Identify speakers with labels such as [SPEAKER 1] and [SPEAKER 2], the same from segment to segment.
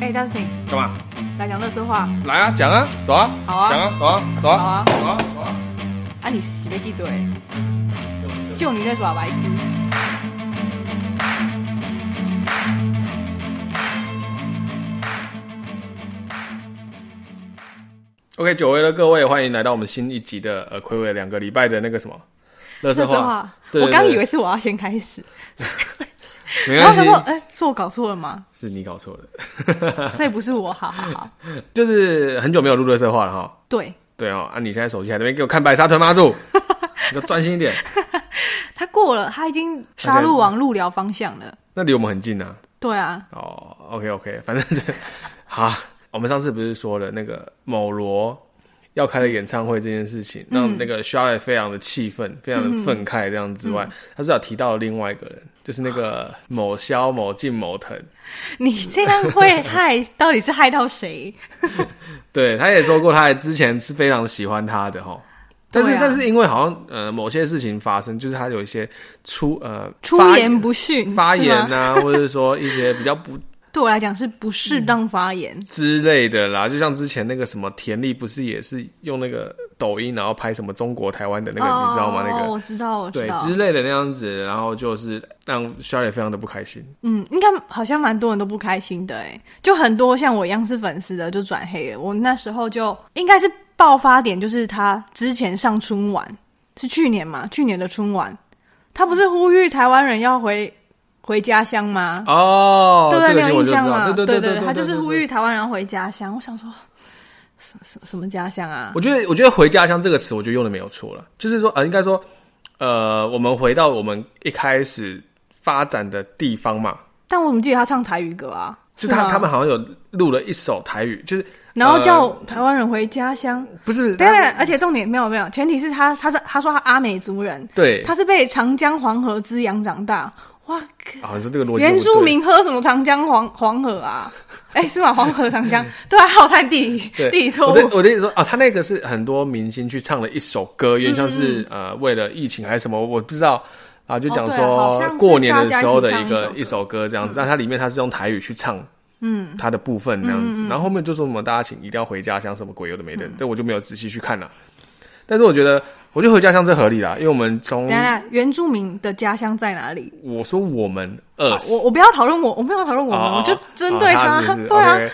[SPEAKER 1] 哎，Dustin，
[SPEAKER 2] 干嘛？
[SPEAKER 1] 来讲乐色话，
[SPEAKER 2] 来啊，讲啊，走啊，
[SPEAKER 1] 好啊
[SPEAKER 2] 讲啊，走啊，走
[SPEAKER 1] 好
[SPEAKER 2] 啊，
[SPEAKER 1] 啊
[SPEAKER 2] 走啊，走啊。
[SPEAKER 1] 啊，你洗被地怼，就你在耍白痴。
[SPEAKER 2] OK，久违了各位，欢迎来到我们新一集的呃，暌违两个礼拜的那个什么，乐色
[SPEAKER 1] 乐色
[SPEAKER 2] 话
[SPEAKER 1] 话。，
[SPEAKER 2] 对
[SPEAKER 1] 我
[SPEAKER 2] 对
[SPEAKER 1] 刚
[SPEAKER 2] 对
[SPEAKER 1] 以为是我要先开始，
[SPEAKER 2] 没
[SPEAKER 1] 然
[SPEAKER 2] 关
[SPEAKER 1] 后想说，
[SPEAKER 2] 系，
[SPEAKER 1] 哎，是我搞错了 吗？
[SPEAKER 2] 是你搞错了，
[SPEAKER 1] 所以不是我，好好好，
[SPEAKER 2] 就是很久没有录乐色话了哈。
[SPEAKER 1] 对
[SPEAKER 2] 对哦，啊，你现在手机还在那边给我看白沙屯 妈祖，你就专心一点，
[SPEAKER 1] 他过了，他已经杀入网路聊方向了。
[SPEAKER 2] 那离我们很近啊。
[SPEAKER 1] 对啊，
[SPEAKER 2] 哦，OK OK，反 正好，我们上次不是说了那个某罗要开了演唱会这件事情，
[SPEAKER 1] 嗯
[SPEAKER 2] 让那个 Charlotte 非常的气愤，非常的愤慨。这样之
[SPEAKER 1] 嗯
[SPEAKER 2] 外，他至少提到了另外一个人，就是那个某萧、某进、某腾。
[SPEAKER 1] 你这样会害，到底是害到谁？
[SPEAKER 2] 对，他也说过，他也之前是非常喜欢他的哈。但是，
[SPEAKER 1] 对啊
[SPEAKER 2] 但是因为好像呃某些事情发生，就是他有一些出呃
[SPEAKER 1] 出
[SPEAKER 2] 发
[SPEAKER 1] 言不逊，
[SPEAKER 2] 发
[SPEAKER 1] 是
[SPEAKER 2] 言
[SPEAKER 1] 吗？
[SPEAKER 2] 啊，或者是说一些比较不
[SPEAKER 1] 对我来讲是不适当发言。
[SPEAKER 2] 之类的啦，就像之前那个什么田丽，不是也是用那个抖音，然后拍什么中国台湾的那个，你知道吗？那
[SPEAKER 1] 哦
[SPEAKER 2] 个
[SPEAKER 1] 我知道，我知
[SPEAKER 2] 对
[SPEAKER 1] 道。
[SPEAKER 2] 之类的那样子，然后就是让 s h a r 非常的不开心。
[SPEAKER 1] 嗯，应该好像蛮多人都不开心的哎，就很多像我一样是粉丝的就转黑了。我那时候就应该是爆发点，就是他之前上春晚是去年嘛，去年的春晚，他不是呼吁台湾人要回回家乡吗？
[SPEAKER 2] 哦，
[SPEAKER 1] 对不
[SPEAKER 2] 这
[SPEAKER 1] 对？你
[SPEAKER 2] 个新
[SPEAKER 1] 有印
[SPEAKER 2] 闻就知
[SPEAKER 1] 象吗
[SPEAKER 2] 道，？对
[SPEAKER 1] 对
[SPEAKER 2] 对对，
[SPEAKER 1] 他就是呼。吁台湾人回家乡。我想说，什什什么家乡啊？
[SPEAKER 2] 我觉得，我觉得“回家乡”这个词，我觉得用的没有错了，就是说，呃，应该说，呃，我们回到我们一开始发展的地方嘛，
[SPEAKER 1] 但我怎么记得他唱台语歌啊？
[SPEAKER 2] 就他
[SPEAKER 1] 吗
[SPEAKER 2] 他们，好像有录了一首台语，就是
[SPEAKER 1] 然后叫
[SPEAKER 2] 呃
[SPEAKER 1] 台湾人回家乡。
[SPEAKER 2] 不是
[SPEAKER 1] 对对，对而且重点没有没有，前提是他他是他说他阿美族人，
[SPEAKER 2] 对，
[SPEAKER 1] 他是被长江黄河滋养长大。哇，
[SPEAKER 2] 好像是这个逻辑
[SPEAKER 1] 原
[SPEAKER 2] 不
[SPEAKER 1] 住
[SPEAKER 2] 对
[SPEAKER 1] 民喝什么长江黄黄河啊？哎、是 吗？黄河长江，对啊，好猜地理
[SPEAKER 2] 对，
[SPEAKER 1] 地理错
[SPEAKER 2] 我的
[SPEAKER 1] 误。
[SPEAKER 2] 我的意思说啊，他那个是很多明星去唱的一首歌，有点像是、呃为了疫情还是什么，我不知道啊，就
[SPEAKER 1] 嗯
[SPEAKER 2] 讲
[SPEAKER 1] 哦对啊好
[SPEAKER 2] 说
[SPEAKER 1] 像是
[SPEAKER 2] 过年的时候的
[SPEAKER 1] 大家
[SPEAKER 2] 一
[SPEAKER 1] 一起
[SPEAKER 2] 个
[SPEAKER 1] 唱一首歌嗯
[SPEAKER 2] 一首歌这样子，但它里面它是用台语去唱。嗯，它的部分那样子，
[SPEAKER 1] 嗯
[SPEAKER 2] 然后后面就说什么大家请一定要回家乡什么鬼有的没的，但我就没有仔细去看了。但是我觉得，我觉得回家乡这合理啦，因为我们从
[SPEAKER 1] 等一下，原住民的家乡在哪里？
[SPEAKER 2] 我说我们二
[SPEAKER 1] 啊
[SPEAKER 2] 十
[SPEAKER 1] 我我不要讨论我，我没有讨论我们，
[SPEAKER 2] 哦
[SPEAKER 1] 我就
[SPEAKER 2] 哦
[SPEAKER 1] 针对
[SPEAKER 2] 哦
[SPEAKER 1] 他，
[SPEAKER 2] 是不 是
[SPEAKER 1] 对啊
[SPEAKER 2] OK，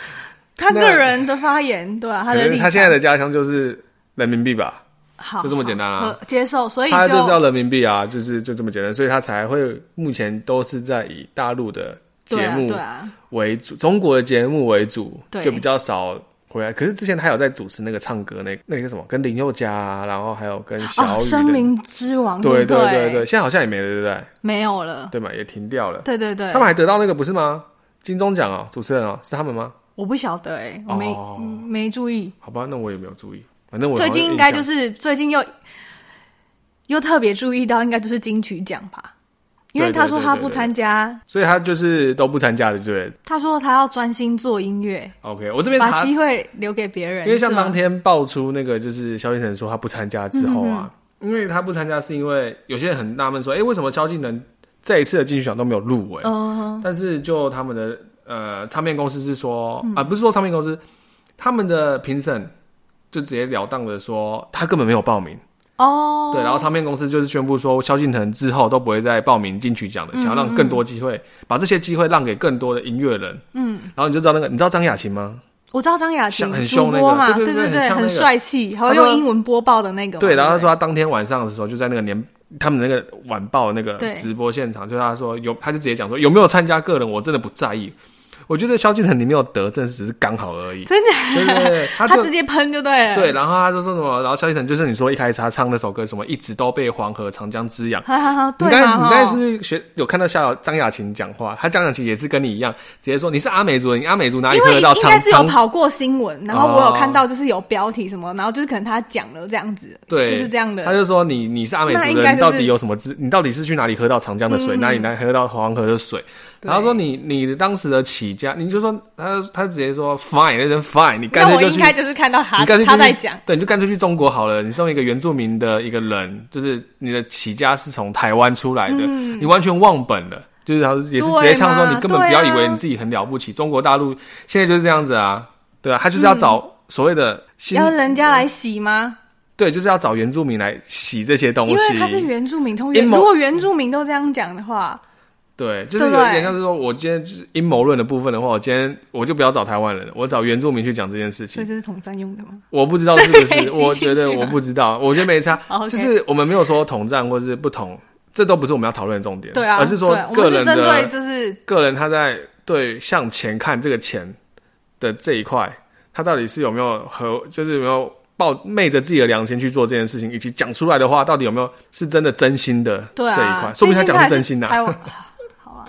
[SPEAKER 1] 他
[SPEAKER 2] 那
[SPEAKER 1] 个人的发言，对啊，他
[SPEAKER 2] 可
[SPEAKER 1] 的
[SPEAKER 2] 能
[SPEAKER 1] 立
[SPEAKER 2] 他
[SPEAKER 1] 场
[SPEAKER 2] 现在的家乡就是人民币吧，
[SPEAKER 1] 好，
[SPEAKER 2] 就这么简单啊
[SPEAKER 1] 好呃接受，所以
[SPEAKER 2] 他就是要
[SPEAKER 1] 就
[SPEAKER 2] 人民币啊，就是就这么简单，所以他才会目前都是在以大陆的
[SPEAKER 1] 对
[SPEAKER 2] 节
[SPEAKER 1] 啊，
[SPEAKER 2] 目
[SPEAKER 1] 对啊，
[SPEAKER 2] 为主，中国的节目为主，
[SPEAKER 1] 对
[SPEAKER 2] 就比较少回来。可是之前他有在主持那个唱歌那个那个叫什么，跟林宥嘉、啊，然后还有跟
[SPEAKER 1] 啊，
[SPEAKER 2] 小雨的、
[SPEAKER 1] 森林之王，
[SPEAKER 2] 对
[SPEAKER 1] 对
[SPEAKER 2] 对
[SPEAKER 1] 不
[SPEAKER 2] 对对，，现在好像也没了，对不对？
[SPEAKER 1] 没有了，
[SPEAKER 2] 对嘛，也停掉了。
[SPEAKER 1] 对对对
[SPEAKER 2] 他，们还得到那个不是吗？金钟奖哦，主持人哦，是他们吗？
[SPEAKER 1] 我不晓得哎，我没
[SPEAKER 2] 哦
[SPEAKER 1] 没注意，
[SPEAKER 2] 好吧，那我也没有注意，反正我
[SPEAKER 1] 最近应该就是是最近又又特别注意到，应该就是金曲奖吧，因为
[SPEAKER 2] 对对
[SPEAKER 1] 他说
[SPEAKER 2] 对
[SPEAKER 1] 他
[SPEAKER 2] 对
[SPEAKER 1] 不
[SPEAKER 2] 对
[SPEAKER 1] 参加，
[SPEAKER 2] 所以他就是都不参加的，对不对
[SPEAKER 1] 他说他要专心做音乐，
[SPEAKER 2] ？OK，我这边
[SPEAKER 1] 把
[SPEAKER 2] 查
[SPEAKER 1] 机会留给别人。
[SPEAKER 2] 因为像当
[SPEAKER 1] 是吗
[SPEAKER 2] 天爆出那个，就是萧敬腾说他不参加之后
[SPEAKER 1] 嗯
[SPEAKER 2] 啊，因为他不参加是因为有些人很纳闷说，哎、为什么萧敬腾这一次的金曲奖都没有入围？
[SPEAKER 1] 嗯，
[SPEAKER 2] 但是就他们的呃唱片公司是说
[SPEAKER 1] 嗯
[SPEAKER 2] 啊，不是说唱片公司，他们的评审就直截了当的说他根本没有报名。
[SPEAKER 1] 哦，
[SPEAKER 2] 对，然后唱片公司就是宣布说，萧敬腾之后都不会再报名金曲奖的，想要让更
[SPEAKER 1] 嗯
[SPEAKER 2] 多机会，把这些机会让给更多的音乐人。嗯，然后你就知道那个，你知道张雅琴吗？
[SPEAKER 1] 我知道张雅琴
[SPEAKER 2] 像很
[SPEAKER 1] 主
[SPEAKER 2] 凶那个
[SPEAKER 1] 播嘛，
[SPEAKER 2] 对对对
[SPEAKER 1] 对
[SPEAKER 2] 很像那
[SPEAKER 1] 很
[SPEAKER 2] 个
[SPEAKER 1] 帅气，还
[SPEAKER 2] 他
[SPEAKER 1] 会
[SPEAKER 2] 说
[SPEAKER 1] 用英文播报的那个嘛。
[SPEAKER 2] 对，然后他
[SPEAKER 1] 不
[SPEAKER 2] 说他当天晚上的时候，就在那个年他们那个晚报那个
[SPEAKER 1] 对
[SPEAKER 2] 直播现场，就他说有，他就直接讲说有没有参加个人，我真的不在意。我觉得萧敬腾你没有得证，只是刚好而已。
[SPEAKER 1] 真
[SPEAKER 2] 对对对，他
[SPEAKER 1] 他 他
[SPEAKER 2] 就
[SPEAKER 1] 直接喷就对了。
[SPEAKER 2] 对，，然后他就说什么，然后萧敬腾就是你说一开始他唱那首歌什么，一直都被黄河、长江滋养。
[SPEAKER 1] 哈哈哈，
[SPEAKER 2] 你
[SPEAKER 1] 对
[SPEAKER 2] 刚才
[SPEAKER 1] 嘛
[SPEAKER 2] 你刚才
[SPEAKER 1] 吼
[SPEAKER 2] 是不是学有看到萧张雅琴讲话，他张雅琴也是跟你一样，直接说你是阿美族人，你阿美族哪里
[SPEAKER 1] 因
[SPEAKER 2] 喝
[SPEAKER 1] 为
[SPEAKER 2] 得
[SPEAKER 1] 应
[SPEAKER 2] 到
[SPEAKER 1] 应
[SPEAKER 2] 长
[SPEAKER 1] 该是有
[SPEAKER 2] 长
[SPEAKER 1] 跑过新闻，然后我有
[SPEAKER 2] 哦
[SPEAKER 1] 看到就是有标题什么，然后就是可能他讲了这样子，
[SPEAKER 2] 对，
[SPEAKER 1] 就是这样的。
[SPEAKER 2] 他就说你你是阿美
[SPEAKER 1] 那
[SPEAKER 2] 族
[SPEAKER 1] 应
[SPEAKER 2] 人，
[SPEAKER 1] 该
[SPEAKER 2] 你
[SPEAKER 1] 就是
[SPEAKER 2] 到底有什么资？你到底是去哪里喝到长江的水？
[SPEAKER 1] 嗯
[SPEAKER 2] 哪里来喝到黄河的水？
[SPEAKER 1] 对
[SPEAKER 2] 然后说你你当时的起家，你就说他他直接说 fine 那人 fine，你干
[SPEAKER 1] 那
[SPEAKER 2] 脆
[SPEAKER 1] 我
[SPEAKER 2] 就
[SPEAKER 1] 应
[SPEAKER 2] 去，
[SPEAKER 1] 该就是看到他
[SPEAKER 2] 你干脆就
[SPEAKER 1] 他在
[SPEAKER 2] 去
[SPEAKER 1] 讲，，
[SPEAKER 2] 对，你就干脆去中国好了。你身为一个原住
[SPEAKER 1] 嗯
[SPEAKER 2] 民的一个人，就是你的起家是从台湾出来的，你完全忘本了。就是他也是直接呛说你根本不要以为你自己很了不起，中国大陆现在就是这样子啊，对啊，他就是要找所谓的新
[SPEAKER 1] 嗯要人家来洗吗？
[SPEAKER 2] 对，就是要找原住民来洗这些东西，
[SPEAKER 1] 因为他是原住民，从原
[SPEAKER 2] 阴谋
[SPEAKER 1] 如果原住民都这样讲的话，
[SPEAKER 2] 对，就是有
[SPEAKER 1] 对不对
[SPEAKER 2] 点像是说，我今天就是阴谋论的部分的话，我今天我就不要找台湾人了，我找原住民去讲这件
[SPEAKER 1] 所
[SPEAKER 2] 事情
[SPEAKER 1] 以。这是统战用的吗？
[SPEAKER 2] 我不知道是不
[SPEAKER 1] 对
[SPEAKER 2] 是，我
[SPEAKER 1] 吸进
[SPEAKER 2] 觉得
[SPEAKER 1] 去吗啊
[SPEAKER 2] 我不知道，我觉得没差
[SPEAKER 1] 哦 OK
[SPEAKER 2] 就是 我们没有说统战或是不同，这都不是我们要讨论的重点，
[SPEAKER 1] 对啊，
[SPEAKER 2] 而是说
[SPEAKER 1] 对我
[SPEAKER 2] 个
[SPEAKER 1] 们是
[SPEAKER 2] 人
[SPEAKER 1] 针对
[SPEAKER 2] 的
[SPEAKER 1] 就是
[SPEAKER 2] 个人他在对向前看这个钱的这一块，他到底是有没有和就是有没有抱昧着自己的良心去做这件事情，以及讲出来的话到底有没有是真的真心的这
[SPEAKER 1] 对
[SPEAKER 2] 一
[SPEAKER 1] 啊，
[SPEAKER 2] 块，说不定他讲
[SPEAKER 1] 毕竟
[SPEAKER 2] 的是真心的、
[SPEAKER 1] 还是台湾 好 啊，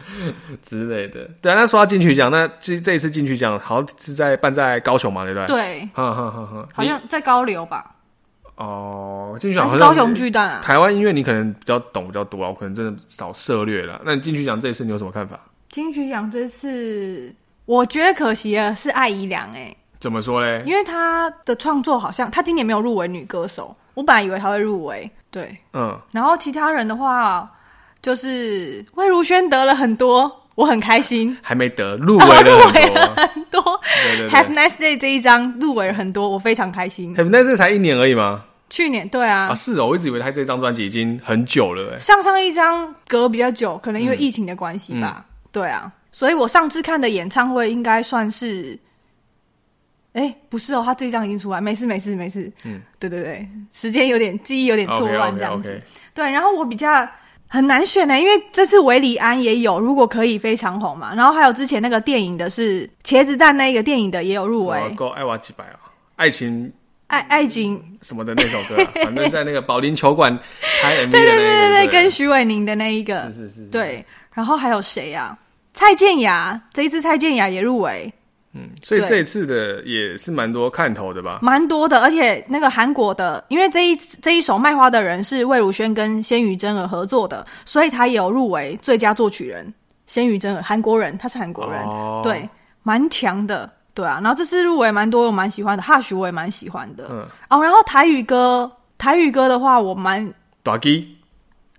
[SPEAKER 2] 之类的。对啊，那说到金曲奖，那这这一次金曲奖好像是在办在高雄嘛，对不对？，
[SPEAKER 1] 对，
[SPEAKER 2] 哈哈哈哈。
[SPEAKER 1] 好像在高流吧，
[SPEAKER 2] 哦，金曲奖
[SPEAKER 1] 还
[SPEAKER 2] 好
[SPEAKER 1] 是
[SPEAKER 2] 像
[SPEAKER 1] 高雄巨蛋啊？
[SPEAKER 2] 台湾音乐你可能比较懂比较多啊，我可能真的少涉略了。那你金曲奖这一次你有什么看法？
[SPEAKER 1] 金曲奖这次我觉得可惜了，是艾怡良哎，
[SPEAKER 2] 怎么说嘞？
[SPEAKER 1] 因为她的创作好像她今年没有入围女歌手，我本来以为她会入围，对，
[SPEAKER 2] 嗯，
[SPEAKER 1] 然后其他人的话就是魏如萱得了很多，我很开 心，
[SPEAKER 2] 还没得，入围了很
[SPEAKER 1] 入围 了
[SPEAKER 2] 多。啊
[SPEAKER 1] 很多。
[SPEAKER 2] 对对
[SPEAKER 1] Have
[SPEAKER 2] 对
[SPEAKER 1] nice day 这一张入围了很多，我非常开 心。
[SPEAKER 2] ，Have 那次才一年而已吗？
[SPEAKER 1] 去年对啊，
[SPEAKER 2] 啊，是哦，我一直以为他这张专辑已经很久了、欸，
[SPEAKER 1] 上上一张隔比较久，可能因为疫情的关系
[SPEAKER 2] 嗯
[SPEAKER 1] 吧。对啊，所以我上次看的演唱会应该算是，哎、不是哦，他这一张已经出来，没事没事没事。
[SPEAKER 2] 嗯，
[SPEAKER 1] 对对对，时间有点记忆有点错
[SPEAKER 2] OK
[SPEAKER 1] 乱
[SPEAKER 2] OK
[SPEAKER 1] 这样子。
[SPEAKER 2] OK，
[SPEAKER 1] 对，然后我比较很难选呢、因为这次维里安也有，如果可以非常红嘛。然后还有之前那个电影的是茄子蛋那个电影的也有入
[SPEAKER 2] 我
[SPEAKER 1] 围，
[SPEAKER 2] 够爱瓦几百啊，爱情
[SPEAKER 1] 爱爱情
[SPEAKER 2] 什么的那首歌、啊，反正在那个保龄球馆拍 MV 的
[SPEAKER 1] 对对
[SPEAKER 2] 那一个
[SPEAKER 1] 对对对，
[SPEAKER 2] 不
[SPEAKER 1] 跟徐伟宁的那一个
[SPEAKER 2] 是是是，是，
[SPEAKER 1] 呃对，然后还有谁呀、蔡健雅，这一次蔡健雅也入围，
[SPEAKER 2] 嗯，所以
[SPEAKER 1] 对
[SPEAKER 2] 这一次的也是蛮多看头的吧？
[SPEAKER 1] 蛮多的。而且那个韩国的，因为这一这一首《卖花的人》是魏如萱跟鲜于真儿合作的，所以她也有入围最佳作曲人。鲜于真儿，韩国人，他是韩国人，
[SPEAKER 2] 哦，
[SPEAKER 1] 对，蛮强的，对啊。然后这次入围蛮多，我蛮喜欢的，哈许我也蛮喜欢的。
[SPEAKER 2] 嗯
[SPEAKER 1] 哦，然后台语歌，台语歌的话，我蛮。
[SPEAKER 2] 打鸡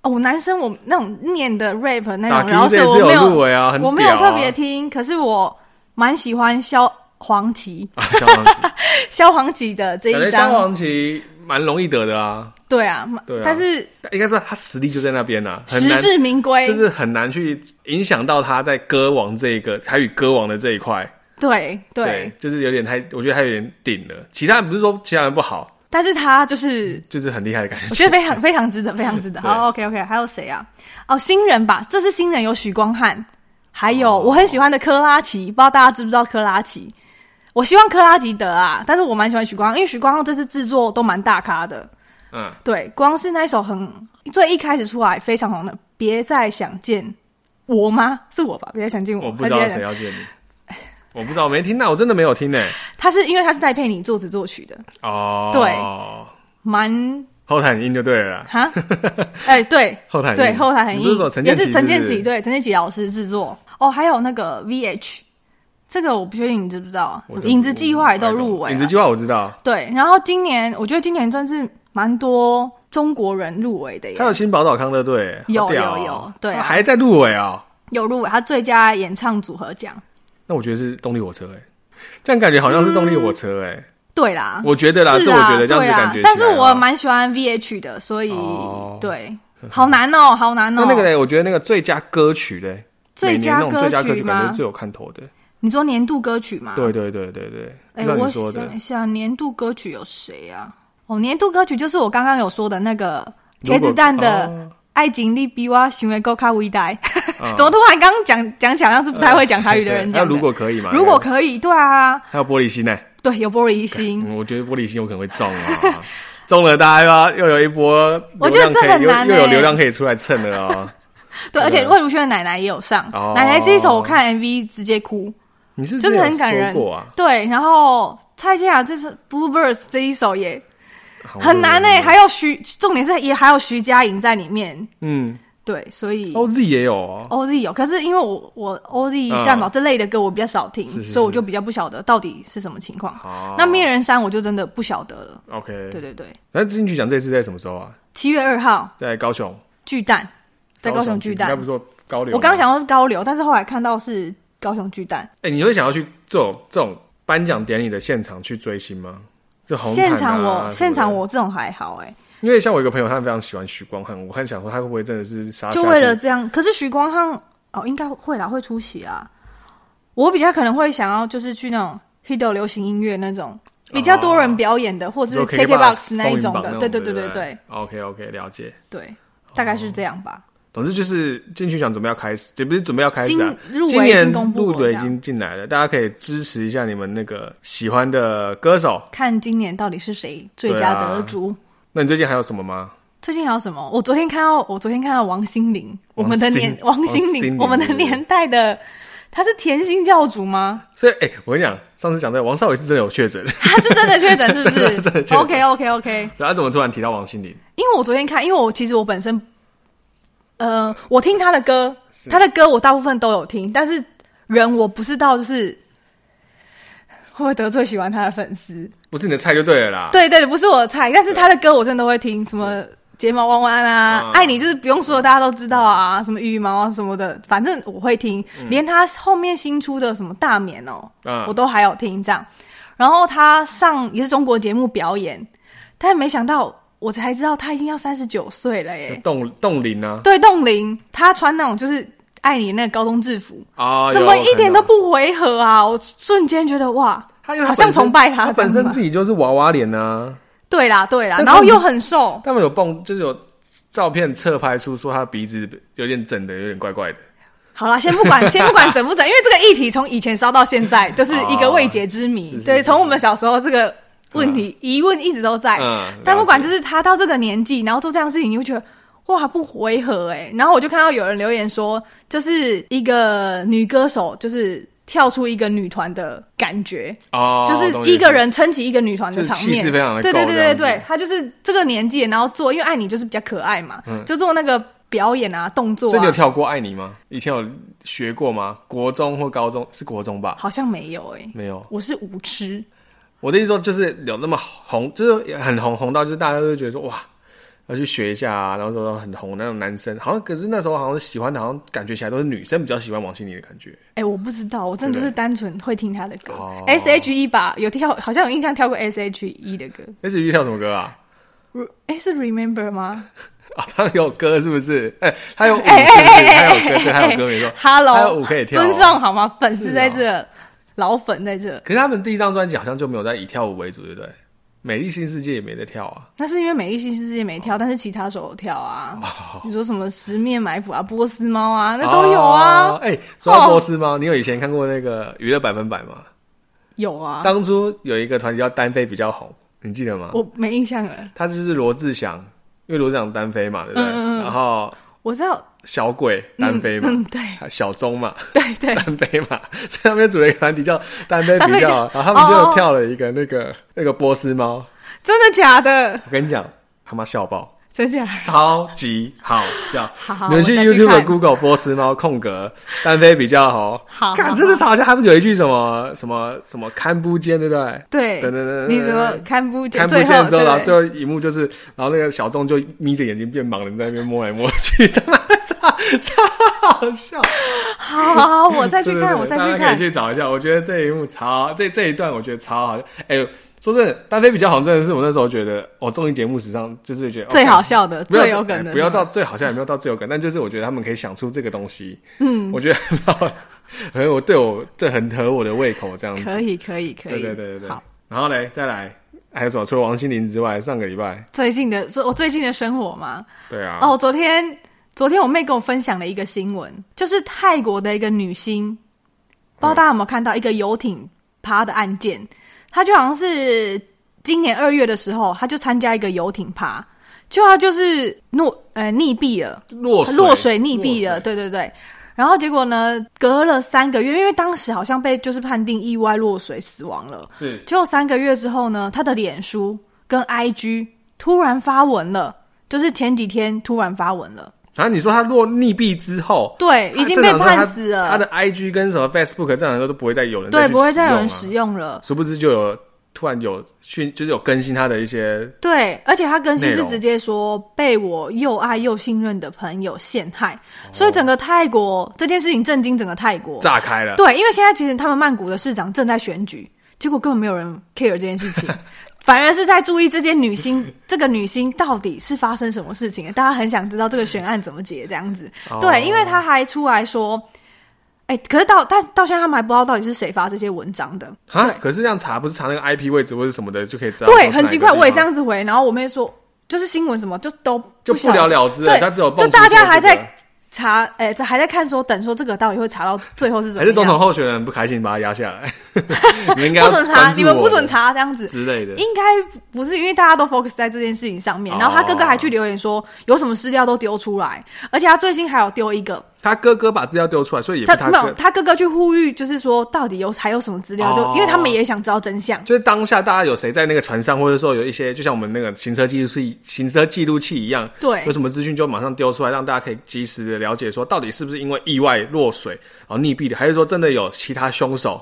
[SPEAKER 1] 哦，男生我那种念的 rap 那
[SPEAKER 2] 打
[SPEAKER 1] 种，
[SPEAKER 2] 鸡
[SPEAKER 1] 然后
[SPEAKER 2] 这
[SPEAKER 1] 是
[SPEAKER 2] 也
[SPEAKER 1] 我
[SPEAKER 2] 是
[SPEAKER 1] 没有
[SPEAKER 2] 入围啊，很屌、啊、
[SPEAKER 1] 我没有特别听，可是我蛮喜欢萧煌奇，
[SPEAKER 2] 啊，萧煌奇，
[SPEAKER 1] 萧煌奇的这
[SPEAKER 2] 感觉
[SPEAKER 1] 一
[SPEAKER 2] 萧
[SPEAKER 1] 张，
[SPEAKER 2] 煌奇蛮容易得的啊，
[SPEAKER 1] 对啊，蛮
[SPEAKER 2] 对啊
[SPEAKER 1] 但是
[SPEAKER 2] 应该说他实力就在那边啊，很
[SPEAKER 1] 实
[SPEAKER 2] 难。
[SPEAKER 1] 至名归，
[SPEAKER 2] 就是很难去影响到他在歌王这一个台语歌王的这一块，
[SPEAKER 1] 对对
[SPEAKER 2] 就是有点太，我觉得他有点顶了。其他人不是说其他人不好，
[SPEAKER 1] 但是他就是
[SPEAKER 2] 就是很厉害的感
[SPEAKER 1] 我
[SPEAKER 2] 觉。
[SPEAKER 1] 觉得非常非常值得，非常值得。
[SPEAKER 2] 对
[SPEAKER 1] 好，OK OK，还有谁啊？哦，新人吧，这是新人，有许光汉，还
[SPEAKER 2] 哦
[SPEAKER 1] 有我很喜欢的科拉奇，不知道大家知不知道科拉奇。我希望科拉吉得啊，但是我蛮喜欢许光汉，因为许光汉这次制作都蛮大咖的，
[SPEAKER 2] 嗯，
[SPEAKER 1] 对，光是那一首很最一开始出来非常红的《别再想见我》吗？是我吧？别再想见我，
[SPEAKER 2] 我不知道
[SPEAKER 1] 还是别
[SPEAKER 2] 谁
[SPEAKER 1] 再
[SPEAKER 2] 要见你，我不知道，我没听到，我真的没有听呢、
[SPEAKER 1] 他是因为他是戴佩妮作词作曲的，
[SPEAKER 2] 哦，对，
[SPEAKER 1] 蛮
[SPEAKER 2] 后台很硬就对了啦，
[SPEAKER 1] 哈，哎、对
[SPEAKER 2] 后台很
[SPEAKER 1] 对，
[SPEAKER 2] 硬
[SPEAKER 1] 后台很
[SPEAKER 2] 你不
[SPEAKER 1] 硬
[SPEAKER 2] 是说，陈
[SPEAKER 1] 也
[SPEAKER 2] 建奇
[SPEAKER 1] 是陈建
[SPEAKER 2] 是不
[SPEAKER 1] 奇
[SPEAKER 2] 是
[SPEAKER 1] 对陈建奇老师制作哦，还有那个 VH，这个我不确定你知不知道啊，
[SPEAKER 2] 我
[SPEAKER 1] 什么
[SPEAKER 2] 真
[SPEAKER 1] 影
[SPEAKER 2] 不
[SPEAKER 1] 子计划也都入
[SPEAKER 2] 我
[SPEAKER 1] 围
[SPEAKER 2] 影子
[SPEAKER 1] 了，
[SPEAKER 2] 计划我知道，
[SPEAKER 1] 对，然后今年我觉得今年真是蛮多中国人入围的耶
[SPEAKER 2] 还，有新宝岛康乐队，好
[SPEAKER 1] 有
[SPEAKER 2] 屌哦
[SPEAKER 1] 有有对啊
[SPEAKER 2] 啊还在入围啊、
[SPEAKER 1] 有入围他最佳演唱组合奖，
[SPEAKER 2] 那我觉得是动力火车哎、这样感觉好像是动力火车哎、
[SPEAKER 1] 嗯对啦，
[SPEAKER 2] 我觉得啦
[SPEAKER 1] 是
[SPEAKER 2] 这我觉得这样子
[SPEAKER 1] 对啦
[SPEAKER 2] 感觉
[SPEAKER 1] 但是
[SPEAKER 2] 起来啊
[SPEAKER 1] 我蛮喜欢 VH 的，所以、
[SPEAKER 2] 哦
[SPEAKER 1] 对，好难哦，好难
[SPEAKER 2] 那
[SPEAKER 1] 哦。
[SPEAKER 2] 那个嘞，我觉得那个最佳歌曲嘞，
[SPEAKER 1] 最佳
[SPEAKER 2] 每年那种最佳歌
[SPEAKER 1] 歌
[SPEAKER 2] 曲
[SPEAKER 1] 曲
[SPEAKER 2] 感觉
[SPEAKER 1] 吗
[SPEAKER 2] 是？最有看头的。
[SPEAKER 1] 你说年度歌曲吗？，
[SPEAKER 2] 对对对对对，
[SPEAKER 1] 哎、
[SPEAKER 2] 就像
[SPEAKER 1] 我
[SPEAKER 2] 你说的
[SPEAKER 1] 想一下，年度歌曲有谁啊？哦，年度歌曲就是我刚刚有说的那个哎茄子蛋的《
[SPEAKER 2] 如哦果
[SPEAKER 1] 爱情力比我行为够卡微呆》
[SPEAKER 2] 哦
[SPEAKER 1] 怎么突然刚刚讲讲起来好像是不太会讲台语的人
[SPEAKER 2] 呃对那
[SPEAKER 1] 讲的？
[SPEAKER 2] 如果可以嘛？
[SPEAKER 1] 如果可以，对啊，
[SPEAKER 2] 还有玻璃心呢、
[SPEAKER 1] 对，有玻璃心。
[SPEAKER 2] 嗯，我觉得玻璃心有可能会中啊，中了大家又又有一波流
[SPEAKER 1] 我觉得
[SPEAKER 2] 量可以，
[SPEAKER 1] 这很难
[SPEAKER 2] 又又有
[SPEAKER 1] 欸
[SPEAKER 2] 流量可以出来蹭了啊。
[SPEAKER 1] 对，而
[SPEAKER 2] 真
[SPEAKER 1] 且
[SPEAKER 2] 的
[SPEAKER 1] 魏如萱的奶奶也有上，
[SPEAKER 2] 哦
[SPEAKER 1] 奶奶这一首我看 MV 直接哭。
[SPEAKER 2] 你是
[SPEAKER 1] 就
[SPEAKER 2] 真
[SPEAKER 1] 是
[SPEAKER 2] 的
[SPEAKER 1] 很感人
[SPEAKER 2] 说过啊，
[SPEAKER 1] 对，然后蔡健雅这是《Bluebirds》这一首也
[SPEAKER 2] 好
[SPEAKER 1] 很难
[SPEAKER 2] 我嗯
[SPEAKER 1] 呢、
[SPEAKER 2] 觉得
[SPEAKER 1] 还有徐，重点是也还有徐佳莹在里面，
[SPEAKER 2] 嗯
[SPEAKER 1] 对，所以
[SPEAKER 2] ，OZ 也有哦。
[SPEAKER 1] OZ 有，可是因为我我 OZ
[SPEAKER 2] 嗯
[SPEAKER 1] 蛋堡这类的歌我比较少听，
[SPEAKER 2] 是是
[SPEAKER 1] 所以我
[SPEAKER 2] 是
[SPEAKER 1] 就
[SPEAKER 2] 哦
[SPEAKER 1] 比较不晓得到底是什么情况。
[SPEAKER 2] 好，
[SPEAKER 1] 那灭人山我就真的不晓得了，
[SPEAKER 2] OK，
[SPEAKER 1] 对对对，
[SPEAKER 2] 那金曲奖这次在什么时候啊？
[SPEAKER 1] 七月二号
[SPEAKER 2] 在高雄
[SPEAKER 1] 巨蛋，在高雄巨
[SPEAKER 2] 巨
[SPEAKER 1] 蛋
[SPEAKER 2] 应该不是说高流吗。
[SPEAKER 1] 我刚想到是高流，但是后来看到是高雄巨蛋，
[SPEAKER 2] 哎、你会想要去这种这种颁奖典礼的现场去追星吗？就红、啊、
[SPEAKER 1] 现场我
[SPEAKER 2] 什么
[SPEAKER 1] 现
[SPEAKER 2] 的
[SPEAKER 1] 场，我这种还好哎、
[SPEAKER 2] 因为像我一个朋友，他非常喜欢许光汉，我看想说他会不会真的是傻傻
[SPEAKER 1] 就
[SPEAKER 2] 啊去
[SPEAKER 1] 为了这样。可是许光汉哦，应该会啦，会出席啊。我比较可能会想要就是去那种 Hido 流行音乐那种比较多人表演的，或者是
[SPEAKER 2] 哦说
[SPEAKER 1] KKBOX 那一
[SPEAKER 2] 种
[SPEAKER 1] 种的，对
[SPEAKER 2] 对
[SPEAKER 1] 对对
[SPEAKER 2] 对
[SPEAKER 1] 对
[SPEAKER 2] OK OK，了解。
[SPEAKER 1] 对，大概是
[SPEAKER 2] 哦
[SPEAKER 1] 这样吧。
[SPEAKER 2] 总之就是金曲奖准备要开始，也不是准备要开
[SPEAKER 1] 今
[SPEAKER 2] 始啊。
[SPEAKER 1] 入
[SPEAKER 2] 今
[SPEAKER 1] 围已
[SPEAKER 2] 年
[SPEAKER 1] 经公布
[SPEAKER 2] 入
[SPEAKER 1] 了，这
[SPEAKER 2] 围已
[SPEAKER 1] 样
[SPEAKER 2] 经进来了，大家可以支持一下你们那个喜欢的歌手。
[SPEAKER 1] 看今年到底是谁最
[SPEAKER 2] 对
[SPEAKER 1] 佳
[SPEAKER 2] 啊
[SPEAKER 1] 得主。
[SPEAKER 2] 那你最近还有什么吗？
[SPEAKER 1] 最近还有什么？我昨天看到，我昨天看到王心凌，我们的年
[SPEAKER 2] 王
[SPEAKER 1] 王
[SPEAKER 2] 心
[SPEAKER 1] 心
[SPEAKER 2] 王心
[SPEAKER 1] 凌，
[SPEAKER 2] 凌
[SPEAKER 1] 我们的
[SPEAKER 2] 对对对
[SPEAKER 1] 年代的，她是甜心教主吗？
[SPEAKER 2] 所以，哎、我跟你讲，上次讲的王少伟是真的有确诊，
[SPEAKER 1] 她是真的确诊是不
[SPEAKER 2] 真的确
[SPEAKER 1] 是
[SPEAKER 2] 诊
[SPEAKER 1] ？OK OK OK，
[SPEAKER 2] 然后他怎么突然提到王心凌？
[SPEAKER 1] 因为我昨天看，因为我其实我本身，呃，我听她的歌，她的歌我大部分都有听，但是人我不知道就是。会不会得罪喜欢她的粉丝？
[SPEAKER 2] 不是你的菜就对了啦。
[SPEAKER 1] 对对，不是我的菜，但是她的歌我真的都会听，什么睫毛弯弯啊
[SPEAKER 2] 啊，嗯
[SPEAKER 1] 爱你就是不用说，大家都知道啊，什么羽毛啊什么的，反正我会听，连她后面新出的什么大眠哦，
[SPEAKER 2] 啊
[SPEAKER 1] 我都还有听这样。然后她上也是中国节目表演，但没想到我才知道她已经要三十九岁了耶。
[SPEAKER 2] 冻冻龄啊，
[SPEAKER 1] 对，冻龄，她穿那种就是爱你那个高中制服，
[SPEAKER 2] 啊，
[SPEAKER 1] 怎么
[SPEAKER 2] 有
[SPEAKER 1] 一点
[SPEAKER 2] 看
[SPEAKER 1] 都
[SPEAKER 2] 到
[SPEAKER 1] 不回合啊？我瞬间觉得哇，
[SPEAKER 2] 他因为他
[SPEAKER 1] 好像
[SPEAKER 2] 本身
[SPEAKER 1] 崇拜他
[SPEAKER 2] 啊他本
[SPEAKER 1] 这样
[SPEAKER 2] 身
[SPEAKER 1] 吧
[SPEAKER 2] 自己就是娃娃脸啊。
[SPEAKER 1] 对啦对啦，
[SPEAKER 2] 但是
[SPEAKER 1] 然后
[SPEAKER 2] 她不
[SPEAKER 1] 又
[SPEAKER 2] 是
[SPEAKER 1] 很瘦，
[SPEAKER 2] 他们有蹦，就是有照片侧拍出说他鼻子有点整的，有点怪怪的。
[SPEAKER 1] 好啦，先不 管，先不管整不整，因为这个议题从以前烧到现在，就是一个未解之谜。
[SPEAKER 2] 哦是是
[SPEAKER 1] 对，
[SPEAKER 2] 是
[SPEAKER 1] 从我们小时候这个问题、疑问一直都在，
[SPEAKER 2] 嗯，
[SPEAKER 1] 哎但不管
[SPEAKER 2] 了
[SPEAKER 1] 就
[SPEAKER 2] 解
[SPEAKER 1] 是他到这个年纪，然后做这样的事情，你会觉得哇不回合哎、然后我就看到有人留言说，就是一个女歌手，就是跳出一个女团的感觉，
[SPEAKER 2] 哦，
[SPEAKER 1] 就是一个人撑起一个女团的
[SPEAKER 2] 就是
[SPEAKER 1] 场
[SPEAKER 2] 气
[SPEAKER 1] 面
[SPEAKER 2] 势。非常的
[SPEAKER 1] 对
[SPEAKER 2] 够
[SPEAKER 1] 对对对
[SPEAKER 2] 这样
[SPEAKER 1] 对
[SPEAKER 2] 子，
[SPEAKER 1] 她就是这个年纪，然后做，因为爱你就是比较可爱嘛，
[SPEAKER 2] 嗯
[SPEAKER 1] 就做那个表演啊、动作
[SPEAKER 2] 所以你有
[SPEAKER 1] 啊，
[SPEAKER 2] 跳过爱你吗？以前有学过吗？国中或高中是国中吧？
[SPEAKER 1] 好像没有哎、
[SPEAKER 2] 没有。
[SPEAKER 1] 我是无知，
[SPEAKER 2] 我的意思说，就是有那么红，就是很红，红到就是大家都会觉得说哇，要去学一下啊，然后说很红那种男生，好像可是那时候好像喜欢的，好像感觉起来都是女生比较喜欢王心凌的感觉。
[SPEAKER 1] 哎、我不知道，我真的就是单纯会听他的歌
[SPEAKER 2] 哦
[SPEAKER 1] ，S H E 吧，有跳，好像有印象跳过 S H E 的歌，
[SPEAKER 2] S H E 跳什么歌啊？
[SPEAKER 1] Re- 哎、是 Remember 吗
[SPEAKER 2] 啊，他有歌是不是？哎、他有舞是不是？
[SPEAKER 1] 哎哎哎哎
[SPEAKER 2] 他
[SPEAKER 1] 哎
[SPEAKER 2] 有歌，对，他有歌没错。他有
[SPEAKER 1] ？Hello，
[SPEAKER 2] 舞可以跳哦、
[SPEAKER 1] 尊重好吗？粉丝
[SPEAKER 2] 是
[SPEAKER 1] 在
[SPEAKER 2] 哦
[SPEAKER 1] 这，老粉在这，
[SPEAKER 2] 可是他们第一张专辑好像就没有在以跳舞为主，对不对？美丽新世界也没得跳啊。
[SPEAKER 1] 那是因为美丽新世界没
[SPEAKER 2] 哦
[SPEAKER 1] 跳，但是其他手有跳啊。你说什么十面埋伏啊、波斯猫啊，那都有啊，
[SPEAKER 2] 哦哎、说到波斯猫，你有以前看过那个娱乐百分百吗？
[SPEAKER 1] 有啊，
[SPEAKER 2] 当初有一个团体叫单飞比较红，你记得吗？
[SPEAKER 1] 我没印象了。
[SPEAKER 2] 他就是罗志祥，因为罗志祥单飞嘛，对不对？
[SPEAKER 1] 嗯嗯嗯
[SPEAKER 2] 然后
[SPEAKER 1] 我知道
[SPEAKER 2] 小鬼单飞嘛，
[SPEAKER 1] 嗯，嗯对
[SPEAKER 2] 小钟嘛，
[SPEAKER 1] 对对，
[SPEAKER 2] 单飞嘛，所以他们就组了一个团体叫单飞
[SPEAKER 1] 单飞
[SPEAKER 2] 比
[SPEAKER 1] 比
[SPEAKER 2] 较
[SPEAKER 1] 较，
[SPEAKER 2] 然后他们
[SPEAKER 1] 哦哦
[SPEAKER 2] 就跳了一个那个那个波斯猫。
[SPEAKER 1] 真的假的？
[SPEAKER 2] 我跟你讲，他妈笑爆，
[SPEAKER 1] 真假的？
[SPEAKER 2] 超级好笑。
[SPEAKER 1] 好好，
[SPEAKER 2] 你
[SPEAKER 1] 我
[SPEAKER 2] 们去
[SPEAKER 1] 再
[SPEAKER 2] YouTube
[SPEAKER 1] 看
[SPEAKER 2] Google 波斯猫空格 单飞比较好。
[SPEAKER 1] 好，
[SPEAKER 2] 看，
[SPEAKER 1] 好
[SPEAKER 2] 真的是好笑。他不是有一句什么什么什么看不见，对不对？
[SPEAKER 1] 对，
[SPEAKER 2] 等等等等
[SPEAKER 1] 你怎么看不见？
[SPEAKER 2] 看不见之后，
[SPEAKER 1] 对
[SPEAKER 2] 然后最后一幕就是，然后那个小众就眯着眼睛变盲人，在那边摸来摸去，他妈超超好笑。
[SPEAKER 1] 好好好，我再去
[SPEAKER 2] 对对
[SPEAKER 1] 看，
[SPEAKER 2] 对
[SPEAKER 1] 我再
[SPEAKER 2] 大
[SPEAKER 1] 去
[SPEAKER 2] 家可以
[SPEAKER 1] 看。
[SPEAKER 2] 去找一下。我觉得这一幕超，这这一段我觉得超好笑。哎、呦，说真的，单飞比较好，真的是我那时候觉得，哦，综艺节目史上就是觉得
[SPEAKER 1] 最好
[SPEAKER 2] 笑。
[SPEAKER 1] 笑的，
[SPEAKER 2] 不要
[SPEAKER 1] 最有梗的，
[SPEAKER 2] 哎不要到最好像也没有到最有梗，但就是我觉得他们可以想出这个东西，
[SPEAKER 1] 嗯，
[SPEAKER 2] 我觉得很好， 很我对我这很合我的胃口这样子。
[SPEAKER 1] 可以，可以，可以，
[SPEAKER 2] 对对对对对
[SPEAKER 1] 好，。
[SPEAKER 2] 然后嘞，再来还有什么？除了王心凌之外，上个礼拜，
[SPEAKER 1] 最近的，最我最近的生活嘛，
[SPEAKER 2] 对啊，
[SPEAKER 1] 哦，昨天昨天我妹跟我分享了一个新闻，就是泰国的一个女星，不知
[SPEAKER 2] 嗯
[SPEAKER 1] 道大家有没有看到一个游艇趴的案件，她就好像是今年二月的时候，她就参加一个游艇趴，就她就是溺呃溺毙了。
[SPEAKER 2] 落哦水
[SPEAKER 1] 落水溺毙了，
[SPEAKER 2] 落水
[SPEAKER 1] 对对对。然后结果呢，隔了三个月，因为当时好像被就是判定意外落水死亡了。
[SPEAKER 2] 是
[SPEAKER 1] 结果三个月之后呢，他的脸书跟 IG 突然发文了，就是前几天突然发文了，
[SPEAKER 2] 然后你说他落溺毙之后，
[SPEAKER 1] 对，已经被判死
[SPEAKER 2] 他
[SPEAKER 1] 了，
[SPEAKER 2] 的 IG 跟什么 Facebook 这样的都不会再有人
[SPEAKER 1] 呃对，
[SPEAKER 2] 去
[SPEAKER 1] 不会再有人
[SPEAKER 2] 使
[SPEAKER 1] 使
[SPEAKER 2] 用啊。
[SPEAKER 1] 用了。
[SPEAKER 2] 殊不知就有突然有讯，就是有更新他的一些，
[SPEAKER 1] 对，而且他更新
[SPEAKER 2] 内
[SPEAKER 1] 是
[SPEAKER 2] 容
[SPEAKER 1] 直接说被我又爱又信任的朋友陷害，所以整个泰国这件事情震惊整个泰国。
[SPEAKER 2] 炸开 了，
[SPEAKER 1] 对，因为现在其实他们曼谷的市长正在选举，结果根本没有人 care 这件事 情，反而是在注意这件女星， 这个女星到底是发生什么事情，大家很想知道这个悬案怎么解这样子。
[SPEAKER 2] 哦
[SPEAKER 1] 对，因为他还出来说，哎、可是到但到现在他们还不知道到底是谁发这些文章的，
[SPEAKER 2] 啊，可是这样查不是查那个 IP 位置或者什么的就可以知道，
[SPEAKER 1] 对，很奇怪，我也这
[SPEAKER 2] 样，
[SPEAKER 1] 样子回，然后我妹说，就是新闻什么就都
[SPEAKER 2] 就
[SPEAKER 1] 不
[SPEAKER 2] 不了
[SPEAKER 1] 晓得，
[SPEAKER 2] 了之
[SPEAKER 1] 对
[SPEAKER 2] 了，他只有蹦
[SPEAKER 1] 就大
[SPEAKER 2] 出
[SPEAKER 1] 家
[SPEAKER 2] 说
[SPEAKER 1] 还
[SPEAKER 2] 这
[SPEAKER 1] 在
[SPEAKER 2] 个
[SPEAKER 1] 查，哎、这还在看说等说这个到底会查到最后是怎么
[SPEAKER 2] 还是
[SPEAKER 1] 样，
[SPEAKER 2] 总统候选人不开心把他压下 来，你们应该
[SPEAKER 1] 不
[SPEAKER 2] 要
[SPEAKER 1] 准查，
[SPEAKER 2] 关注
[SPEAKER 1] 你们不
[SPEAKER 2] 我
[SPEAKER 1] 准查这样子。
[SPEAKER 2] 之类的，
[SPEAKER 1] 应该不是，因为大家都 focus 在这件事情上面。
[SPEAKER 2] 哦
[SPEAKER 1] 然后他哥哥还去留言说，有什么资料都丢出来，而且他最新还有丢一个，
[SPEAKER 2] 他哥哥把资料丢出来，所以也不
[SPEAKER 1] 他
[SPEAKER 2] 是他
[SPEAKER 1] 没有
[SPEAKER 2] 哥，
[SPEAKER 1] 他哥哥去呼吁，就是说到底有还有什么资料，就
[SPEAKER 2] 哦
[SPEAKER 1] 因为他们也想知道真相。
[SPEAKER 2] 就是当下大家有谁在那个船上，或者说有一些，就像我们那个行车记录器、行车记录器一样，
[SPEAKER 1] 对
[SPEAKER 2] 有什么资讯就马上丢出来，让大家可以及时的了解，说到底是不是因为意外落水然后溺毙的，还是说真的有其他凶手？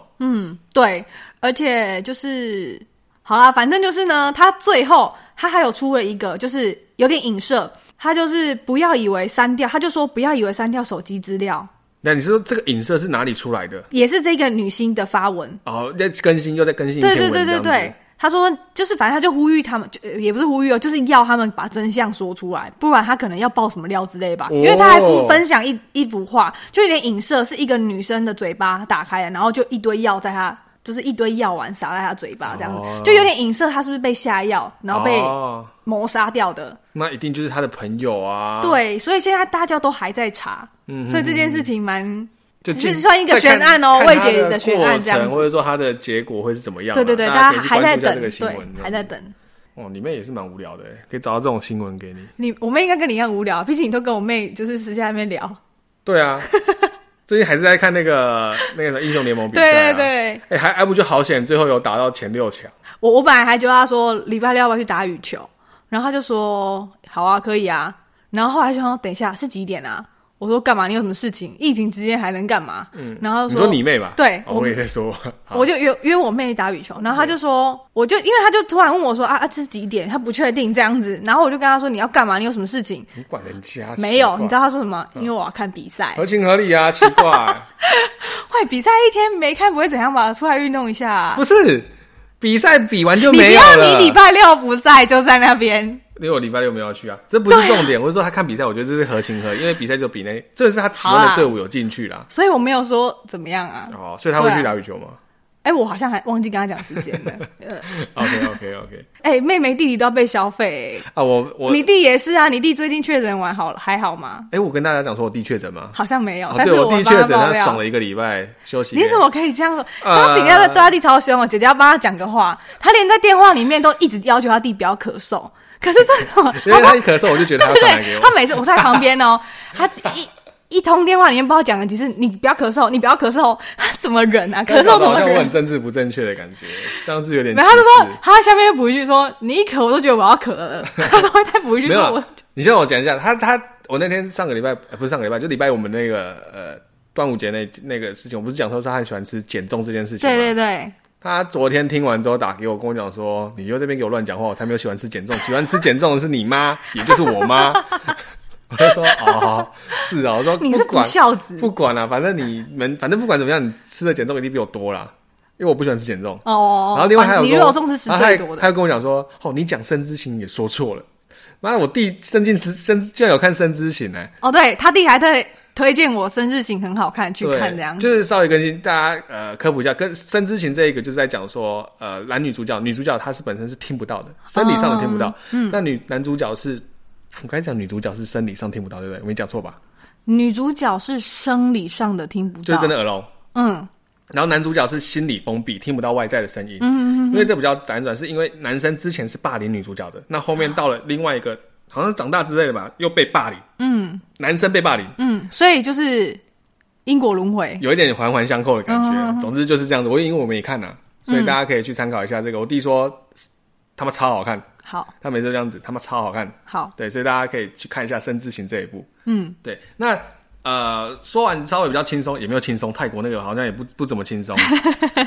[SPEAKER 1] 对，而且就是好啦，反正就是呢，他最后他还有出了一个，就是有点影射，他就是不要以为删掉，他就说不要以为删掉手机资料，
[SPEAKER 2] 那你是说这个影射是哪里出来的？
[SPEAKER 1] 也是这个女星的发文，
[SPEAKER 2] 哦，再更新又再更新一篇
[SPEAKER 1] 对
[SPEAKER 2] 文
[SPEAKER 1] 对对
[SPEAKER 2] 这
[SPEAKER 1] 对
[SPEAKER 2] 样子
[SPEAKER 1] 对，他说就是反正他就呼吁他们，就呃也不是呼吁哦，就是要他们把真相说出来，不然他可能要爆什么料之类吧。
[SPEAKER 2] 哦
[SPEAKER 1] 因为他还附分享一一幅画，就有点影射，是一个女生的嘴巴打开了，然后就一堆药在她。就是一堆药丸撒在她嘴巴，这样子、
[SPEAKER 2] 哦
[SPEAKER 1] 就有点影射她是不是被下药，然后被
[SPEAKER 2] 哦，
[SPEAKER 1] 谋杀掉的。
[SPEAKER 2] 那一定就是他的朋友啊，，
[SPEAKER 1] 对，所以现在大家都还在查，
[SPEAKER 2] 嗯
[SPEAKER 1] 所以这件事情蛮……
[SPEAKER 2] 就
[SPEAKER 1] 只
[SPEAKER 2] 进
[SPEAKER 1] 是算一个
[SPEAKER 2] 再看
[SPEAKER 1] 悬案哦
[SPEAKER 2] 看
[SPEAKER 1] 未
[SPEAKER 2] 他
[SPEAKER 1] 解
[SPEAKER 2] 的
[SPEAKER 1] 的悬
[SPEAKER 2] 过
[SPEAKER 1] 案这样
[SPEAKER 2] 程
[SPEAKER 1] 子
[SPEAKER 2] 或者说他的结果会是怎么样啊？
[SPEAKER 1] 对对对，大
[SPEAKER 2] 大可
[SPEAKER 1] 家
[SPEAKER 2] 以去
[SPEAKER 1] 还
[SPEAKER 2] 关
[SPEAKER 1] 在
[SPEAKER 2] 注一下这
[SPEAKER 1] 等
[SPEAKER 2] 个，新
[SPEAKER 1] 对
[SPEAKER 2] 闻，
[SPEAKER 1] 还在等。
[SPEAKER 2] 哦，里面也是蛮无聊的，欸可以找到这种新闻给你。
[SPEAKER 1] 你我妹应该跟你一样无聊，毕竟你都跟我妹就是私下那边聊。
[SPEAKER 2] 对啊， 最近还是在看那个那个什么英雄联盟比
[SPEAKER 1] 对对
[SPEAKER 2] 赛、啊。对，
[SPEAKER 1] 对，
[SPEAKER 2] 哎、还还不就好险，最后有打到前六强。
[SPEAKER 1] 我我本来还就要说礼拜六要不要去打羽球，然后他就说好啊，可以啊。然后后来想说等一下是几点啊？我说干嘛？你有什么事情？疫情之间还能干嘛？嗯，然后
[SPEAKER 2] 你
[SPEAKER 1] 就
[SPEAKER 2] 说你妹吧？
[SPEAKER 1] 对
[SPEAKER 2] 哦
[SPEAKER 1] 我
[SPEAKER 2] 我也在说。好
[SPEAKER 1] 我就约约我妹打羽球，然后她就说，我就因为她就突然问我说啊啊这是几点？她不确定这样子，然后我就跟她说你要干嘛？你有什么事情？
[SPEAKER 2] 你管人家？
[SPEAKER 1] 没有，你知
[SPEAKER 2] 道？
[SPEAKER 1] 道她说什么？因为我要看比赛。
[SPEAKER 2] 合情合理啊，奇 怪，
[SPEAKER 1] 快比赛一天没看不会怎样吧？出来运动一下、
[SPEAKER 2] 不是比赛比完就
[SPEAKER 1] 你不
[SPEAKER 2] 没有
[SPEAKER 1] 要
[SPEAKER 2] 了。
[SPEAKER 1] 你礼拜六不在就在那边，
[SPEAKER 2] 因为我礼拜六没有要去啊，这不是重点。我是说他看比赛，我觉得这是合情合理，因为比赛就比那，这是他喜欢
[SPEAKER 1] 好
[SPEAKER 2] 的
[SPEAKER 1] 啦
[SPEAKER 2] 队伍有进去啦。
[SPEAKER 1] 所以我没有说怎么样啊。
[SPEAKER 2] 哦，所以他会
[SPEAKER 1] 对
[SPEAKER 2] 去
[SPEAKER 1] 啊
[SPEAKER 2] 打羽球吗
[SPEAKER 1] 哎、我好像还忘记跟他讲时间 了。呃，
[SPEAKER 2] ？OK OK OK
[SPEAKER 1] 哎、妹妹弟弟都要被消费、
[SPEAKER 2] 啊，我我
[SPEAKER 1] 你弟也是啊。你弟最近确诊完好还好吗？
[SPEAKER 2] 哎、我跟大家讲说我弟确诊吗？
[SPEAKER 1] 好像没有，
[SPEAKER 2] 哦，
[SPEAKER 1] 但
[SPEAKER 2] 对
[SPEAKER 1] 是
[SPEAKER 2] 我
[SPEAKER 1] 帮
[SPEAKER 2] 弟确
[SPEAKER 1] 他
[SPEAKER 2] 诊，
[SPEAKER 1] 爆
[SPEAKER 2] 他爽
[SPEAKER 1] 料。
[SPEAKER 2] 了一个礼拜休息。
[SPEAKER 1] 你怎么可以这样说？
[SPEAKER 2] 呃
[SPEAKER 1] 他顶下对他弟超凶哦，姐姐要帮他讲个话，他连在电话里面都一直要求他弟不要咳嗽。可是这种，
[SPEAKER 2] 因为他一咳嗽，我就觉得他要传染给
[SPEAKER 1] 对，
[SPEAKER 2] 我
[SPEAKER 1] 他。每次我在旁边 哦，他一一通电话里面不知道讲了几次，你不要咳嗽，你不要咳嗽，他怎么忍啊？咳嗽怎
[SPEAKER 2] 好
[SPEAKER 1] 么
[SPEAKER 2] 像我
[SPEAKER 1] 忍
[SPEAKER 2] 很？政治不正确的感觉，这样是有点歧
[SPEAKER 1] 然
[SPEAKER 2] 视。
[SPEAKER 1] 后他就说，他下面又补一句说：“你一咳我都觉得我要咳 了。”他都会再补一句
[SPEAKER 2] 没有
[SPEAKER 1] 说：“我
[SPEAKER 2] 啊。你先让我讲一下，他他我那天上个礼拜、呃不是上个礼拜，就礼拜我们那个呃端午节那那个事情，我不是讲说他很喜欢吃减重这件事情吗？
[SPEAKER 1] 对对对，
[SPEAKER 2] 他昨天听完之后打给我，跟我讲说，你又这边给我乱讲话，我才没有喜欢吃减重，喜欢吃减重的是你妈， 也就是我妈。我就说哦，好是啊，我说
[SPEAKER 1] 你是不
[SPEAKER 2] 管
[SPEAKER 1] 孝子
[SPEAKER 2] 不管了、反正你们反正不管怎么样，你吃的减重一定比我多啦，因为我不喜欢吃减重。
[SPEAKER 1] 哦。”
[SPEAKER 2] 然后另外还有
[SPEAKER 1] 你
[SPEAKER 2] 跟我
[SPEAKER 1] 肉粽是吃
[SPEAKER 2] 然后他
[SPEAKER 1] 最
[SPEAKER 2] 还
[SPEAKER 1] 多
[SPEAKER 2] 他
[SPEAKER 1] 的，
[SPEAKER 2] 又跟我讲说，哦，你讲生之行也说错了。妈的，我弟生进生生居然有看生之行呢、
[SPEAKER 1] 哦，对他弟还在推荐我《生日行》很好看，去
[SPEAKER 2] 对，
[SPEAKER 1] 看这样子。
[SPEAKER 2] 就是稍微更新大家呃科普一下，跟生之前这一个就是在讲说呃男女主角，女主角她是本身是听不到的，生理上的听不到，嗯，那女男主角是。我刚才讲女主角是生理上听不到，对不对？我没讲错吧？
[SPEAKER 1] 女主角是生理上的听不
[SPEAKER 2] 就
[SPEAKER 1] 到，
[SPEAKER 2] 是真的耳聋，
[SPEAKER 1] 嗯，
[SPEAKER 2] 然后男主角是心理封闭，听不到外在的声音。嗯因为这比较辗转，是因为男生之前是霸凌女主角的，那后面到了另外一个，好像是长大之类的吧，又被霸凌。嗯。男生被霸凌，
[SPEAKER 1] 嗯，所以就是因果轮回。
[SPEAKER 2] 有一点环环相扣的感觉。啊总之就是这样子，我因为我们也看了、所以大家可以去参考一下这个。我弟说他妈超好看，
[SPEAKER 1] 好
[SPEAKER 2] 他每次都这样子，他妈超好看。
[SPEAKER 1] 好，
[SPEAKER 2] 对，所以大家可以去看一下《生之行》这一部。嗯，对。那呃，说完稍微比较轻松，也没有轻松。泰国那个好像也不不怎么轻松。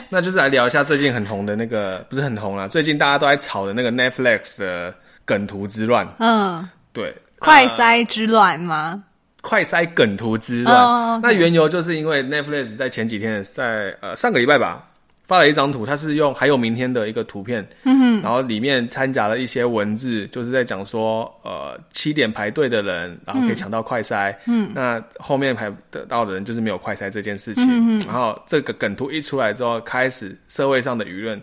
[SPEAKER 2] 那就是来聊一下最近很红的那个，不是很红啦，最近大家都在吵的那个 Netflix 的梗图之乱。
[SPEAKER 1] 嗯，
[SPEAKER 2] 对，
[SPEAKER 1] 快
[SPEAKER 2] 呃
[SPEAKER 1] 塞之乱吗？
[SPEAKER 2] 快塞梗图之乱。
[SPEAKER 1] 哦
[SPEAKER 2] 那缘由就是因为 Netflix 在前几天，在呃上个礼拜吧，发了一张图，它是用还有明天的一个图片，嗯然后里面掺杂了一些文字，就是在讲说，呃，七点排队的人，然后可以抢到快塞，嗯，那后面排得到的人就是没有快塞这件事情。嗯、然后这个梗图一出来之后，开始社会上的舆论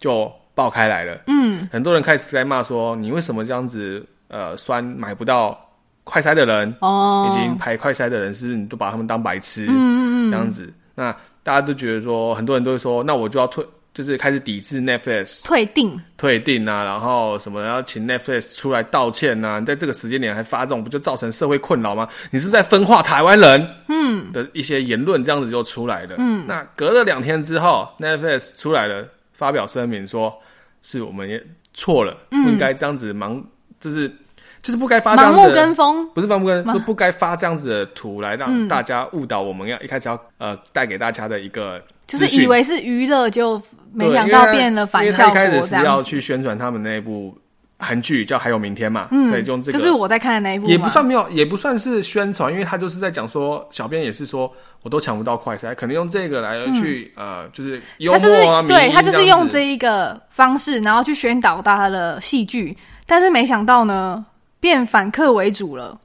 [SPEAKER 2] 就爆开来了，嗯，很多人开始在骂说，你为什么这样子，呃，酸买不到快塞的人，
[SPEAKER 1] 哦，
[SPEAKER 2] 已经排快筛的人是，你都把他们当白痴，嗯嗯这样子。那大家都觉得说，很多人都会说，那我就要退，就是开始抵制 Netflix
[SPEAKER 1] 退订，
[SPEAKER 2] 退订啊，然后什么要请 Netflix 出来道歉呐、啊，你在这个时间点还发这种，不就造成社会困扰吗？你是不是在分化台湾人？嗯，的一些言论这样子就出来了。嗯，那隔了两天之后，Netflix 出来了，发表声明说，是我们也错了，不应该这样子盲，就是就是不该发这
[SPEAKER 1] 盲
[SPEAKER 2] 样子的
[SPEAKER 1] 目跟风，
[SPEAKER 2] 不是翻不跟，说不该发这样子的图来
[SPEAKER 1] 嗯
[SPEAKER 2] 让大家误导我们要一开始要呃带给大家的一个
[SPEAKER 1] 就
[SPEAKER 2] 资
[SPEAKER 1] 是
[SPEAKER 2] 讯
[SPEAKER 1] 以为是娱乐，就没
[SPEAKER 2] 对
[SPEAKER 1] 想
[SPEAKER 2] 因为
[SPEAKER 1] 到
[SPEAKER 2] 他
[SPEAKER 1] 变了反
[SPEAKER 2] 因为
[SPEAKER 1] 效
[SPEAKER 2] 他一
[SPEAKER 1] 果
[SPEAKER 2] 开始
[SPEAKER 1] 这
[SPEAKER 2] 是要
[SPEAKER 1] 样。
[SPEAKER 2] 去宣传他们那部韩剧叫《还有明天》嘛，所以就用这
[SPEAKER 1] 嗯
[SPEAKER 2] 个
[SPEAKER 1] 就是我在看的那一部嘛，
[SPEAKER 2] 也不算没有，也不算是宣传，因为他就是在讲说，小编也是说我都抢不到快餐，可能用这个来去、呃，就是
[SPEAKER 1] 嗯
[SPEAKER 2] 幽
[SPEAKER 1] 他就是
[SPEAKER 2] 默啊，
[SPEAKER 1] 对
[SPEAKER 2] 民
[SPEAKER 1] 他就是用
[SPEAKER 2] 样子
[SPEAKER 1] 这一个方式，然后去宣导到他的戏剧，但是没想到呢，变反客为主了，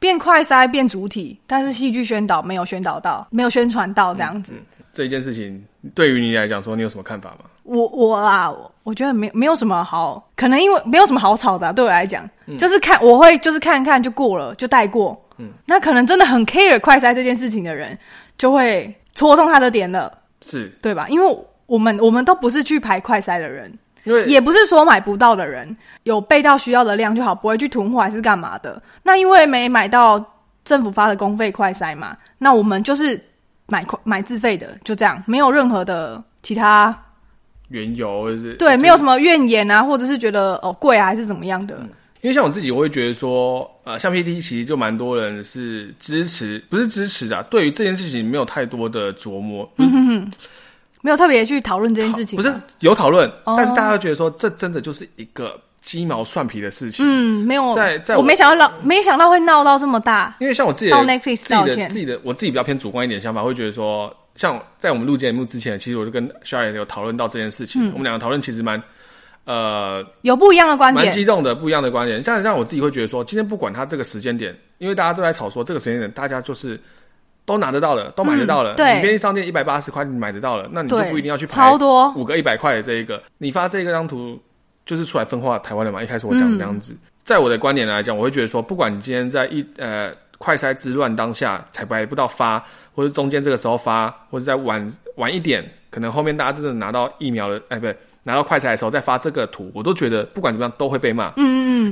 [SPEAKER 1] 变快塞变主体，但是戏剧宣导没有宣导到，没有宣传到这样子。
[SPEAKER 2] 这一件事情，对于你来讲说，你有什么看法吗？
[SPEAKER 1] 我我啦，我我觉得没没有什么好，可能因为没有什么好吵的啊、对我来讲，就是看我会就是看看就过了，就带过。嗯，那可能真的很 care 快塞这件事情的人，就会戳中他的点了，
[SPEAKER 2] 是
[SPEAKER 1] 对吧？因为我们我们都不是去排快塞的人，
[SPEAKER 2] 因为
[SPEAKER 1] 也不是说买不到的人有备到需要的量就好，不会去囤货还是干嘛的。那因为没买到政府发的公费快筛嘛，那我们就是买快买自费的，就这样，没有任何的其他
[SPEAKER 2] 缘由或者是
[SPEAKER 1] 对，
[SPEAKER 2] 就
[SPEAKER 1] 没有什么怨言啊，或者是觉得哦贵啊还是怎么样的。
[SPEAKER 2] 因为像我自己，我会觉得说，呃，像 PT 其实就蛮多人是支持，不是支持的、啊，对于这件事情没有太多的琢磨，
[SPEAKER 1] 嗯
[SPEAKER 2] 不是
[SPEAKER 1] 没有特别去讨论这件事情、啊
[SPEAKER 2] 不是，有讨论，
[SPEAKER 1] 哦
[SPEAKER 2] 但是大家会觉得说，这真的就是一个鸡毛蒜皮的事情。
[SPEAKER 1] 嗯，没有，
[SPEAKER 2] 在在
[SPEAKER 1] 我
[SPEAKER 2] 我
[SPEAKER 1] 没想到闹，没想到会闹到这么大，
[SPEAKER 2] 因为像我自己
[SPEAKER 1] 到
[SPEAKER 2] 的
[SPEAKER 1] Netflix
[SPEAKER 2] 自
[SPEAKER 1] 道
[SPEAKER 2] 己
[SPEAKER 1] 歉
[SPEAKER 2] 的自己的，我自己比较偏主观一点的想法，会觉得说，像在我们录节目之前，其实我就跟 Sharon 有讨论到这件事
[SPEAKER 1] 嗯
[SPEAKER 2] 情，我们两个讨论其实蛮，呃，
[SPEAKER 1] 有不一样的观
[SPEAKER 2] 蛮
[SPEAKER 1] 点，
[SPEAKER 2] 激动的，不一样的观点。像让我自己会觉得说，今天不管他这个时间点，因为大家都在吵说这个时间点，大家就是都拿得到了，都买得到了。
[SPEAKER 1] 嗯对
[SPEAKER 2] 你便利商店一百八十块你买得到了，那你就
[SPEAKER 1] 对，
[SPEAKER 2] 不一定要去排
[SPEAKER 1] 超多，
[SPEAKER 2] 五个一百块的这一个。你发这个张图就是出来分化台湾的嘛？一开始我讲的那样子，
[SPEAKER 1] 嗯
[SPEAKER 2] 在我的观点来讲，我会觉得说，不管你今天在一呃快筛之乱当下才买不到发，或者中间这个时候发，或者在晚晚一点，可能后面大家真的拿到疫苗了，哎，不对，拿到快筛的时候再发这个图，我都觉得不管怎么样都会被骂，
[SPEAKER 1] 嗯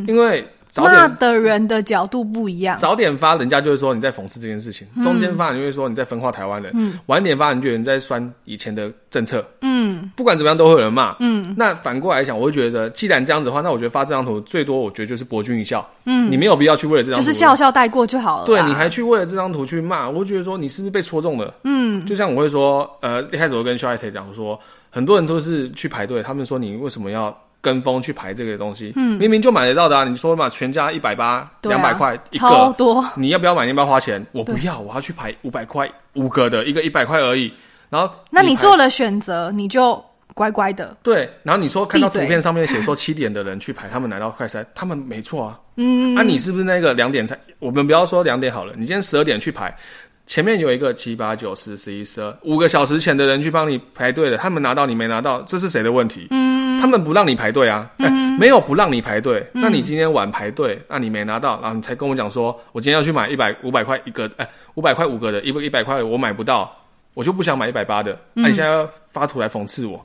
[SPEAKER 1] 嗯嗯，
[SPEAKER 2] 因为早
[SPEAKER 1] 骂
[SPEAKER 2] 点。
[SPEAKER 1] 的人的角度不一样，
[SPEAKER 2] 早点发，人家就会说你在讽刺这件事情；中
[SPEAKER 1] 嗯
[SPEAKER 2] 间发，你就会说你在分化台湾人；晚点发，你就有人在酸以前的政策。
[SPEAKER 1] 嗯，
[SPEAKER 2] 不管怎么样都会有人骂。嗯，那反过来想，我会觉得，既然这样子的话，那我觉得发这张图最多，我觉得就是博君一笑。嗯，你没有必要去为了这张
[SPEAKER 1] 就
[SPEAKER 2] 图，
[SPEAKER 1] 是笑笑啊带过就好了啦。
[SPEAKER 2] 对，你还去为了这张图去骂，我会觉得说你是不是被戳中了？嗯，就像我会说，呃，一开始我跟肖艾特讲我说，很多人都是去排队，他们说你为什么要？跟风去排这个东西，嗯，明明就买得到的啊！你说嘛，全家一百八、
[SPEAKER 1] 对啊
[SPEAKER 2] 两百块一个，
[SPEAKER 1] 超多，
[SPEAKER 2] 你要不要买？你要不要花钱？我不要，我要去排五百块五个的，一个一百块而已。然后
[SPEAKER 1] 那你
[SPEAKER 2] 排
[SPEAKER 1] 做了选择，你就乖乖的。
[SPEAKER 2] 对，然后你说看到
[SPEAKER 1] 闭
[SPEAKER 2] 图
[SPEAKER 1] 嘴
[SPEAKER 2] 片上面写说七点的人去排，他们来到快筛，他们没错啊。嗯，啊，你是不是那个两点才？我们不要说两点好了，你今天十二点去排，前面有一个七八九十十一十二五个小时前的人去帮你排队的，他们拿到你没拿到，这是谁的问题？嗯，他们不让你排队啊，哎 没有不让你排队，那你今天晚排队，那你没拿到，然后你才跟我讲说，我今天要去买一百五百块一个，哎，五百块五个的，一一百块我买不到，我就不想买一百八的，那、你现在要发图来讽刺我。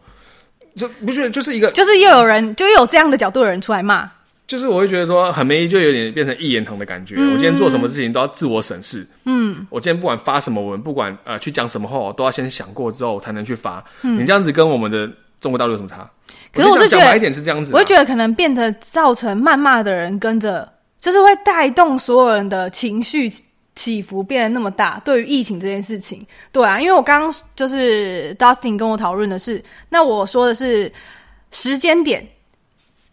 [SPEAKER 2] 就不觉得就是一个
[SPEAKER 1] 就是又有人，就又有这样的角度的人出来骂，
[SPEAKER 2] 就是我会觉得说很没，就有点变成一言堂的感觉。
[SPEAKER 1] 嗯
[SPEAKER 2] 我今天做什么事情都要自我审视。嗯，我今天不管发什么文，不管呃去讲什么话，我都要先想过之后我才能去发。你这样子跟我们的中国大陆有什么差？
[SPEAKER 1] 嗯可是我
[SPEAKER 2] 就是讲
[SPEAKER 1] 觉得
[SPEAKER 2] 讲白一点是这样子啊、
[SPEAKER 1] 我就觉得可能变得造成谩骂的人跟着，就是会带动所有人的情绪起伏变得那么大，对于疫情这件事情，对啊，因为我刚刚就是 Dustin 跟我讨论的是，那我说的是时间点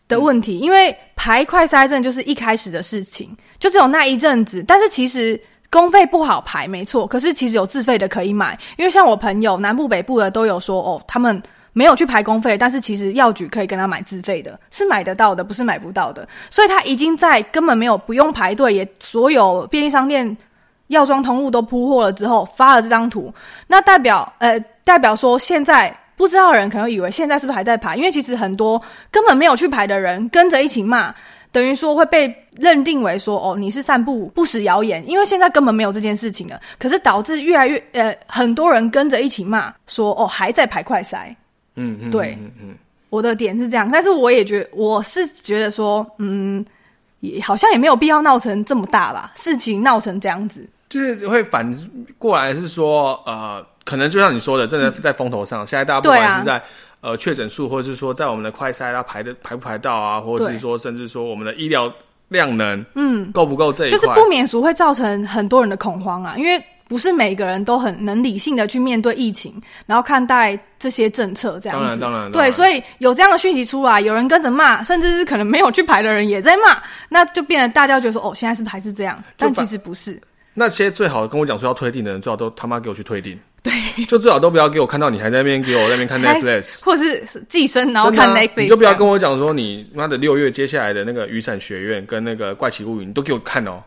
[SPEAKER 1] 的问题，因为排快筛症就是一开始的事情，就只有那一阵子，但是其实。公费不好排，没错。可是其实有自费的可以买，因为像我朋友南部北部的都有说哦，他们没有去排公费，但是其实药局可以跟他买自费的，是买得到的，不是买不到的。所以他已经在根本没有不用排队，也所有便利商店、药妆通路都铺货了之后，发了这张图，那代表呃代表说现在。不知道的人可能以为现在是不是还在排？因为其实很多根本没有去排的人跟着一起骂，等于说会被认定为说哦，你是散布不实谣言，因为现在根本没有这件事情了。可是导致越来越呃，很多人跟着一起骂说哦，还在排快筛。
[SPEAKER 2] 嗯嗯，
[SPEAKER 1] 对
[SPEAKER 2] 嗯嗯，
[SPEAKER 1] 我的点是这样，但是我也觉我是觉得说，嗯，也好像也没有必要闹成这么大吧，事情闹成这样子。
[SPEAKER 2] 就是会反过来是说，呃，可能就像你说的，真的在风头上，现在大家
[SPEAKER 1] 嗯
[SPEAKER 2] 不
[SPEAKER 1] 对
[SPEAKER 2] 管
[SPEAKER 1] 啊
[SPEAKER 2] 是在、呃确诊数，或者是说在我们的快筛，它排的排不排到啊，或者是
[SPEAKER 1] 对
[SPEAKER 2] 说甚至说我们的医疗量能
[SPEAKER 1] 嗯，
[SPEAKER 2] 够不够这一
[SPEAKER 1] 就
[SPEAKER 2] 块，
[SPEAKER 1] 是不免俗会造成很多人的恐慌啊，因为不是每个人都很能理性的去面对疫情，然后看待这些政策这样
[SPEAKER 2] 当然
[SPEAKER 1] 子。
[SPEAKER 2] 当然当
[SPEAKER 1] 对，
[SPEAKER 2] 然
[SPEAKER 1] 所以有这样的讯息出来，有人跟着骂，甚至是可能没有去排的人也在骂，那就变得大家觉得说，哦，现在是不是还是这样？但
[SPEAKER 2] 把
[SPEAKER 1] 其实不是。
[SPEAKER 2] 那些最好跟我讲说要退订的人，最好都他妈给我去退订，对，就最好都不要给我看到你还在那边给我在那边看
[SPEAKER 1] 还
[SPEAKER 2] Netflix。
[SPEAKER 1] 或者是寄生，然后
[SPEAKER 2] 真的
[SPEAKER 1] 看
[SPEAKER 2] 啊
[SPEAKER 1] Netflix，
[SPEAKER 2] 你就不要
[SPEAKER 1] 这
[SPEAKER 2] 跟
[SPEAKER 1] 样
[SPEAKER 2] 我讲说你妈的六月接下来的那个雨伞学院跟那个怪奇物语，你都给我看哦。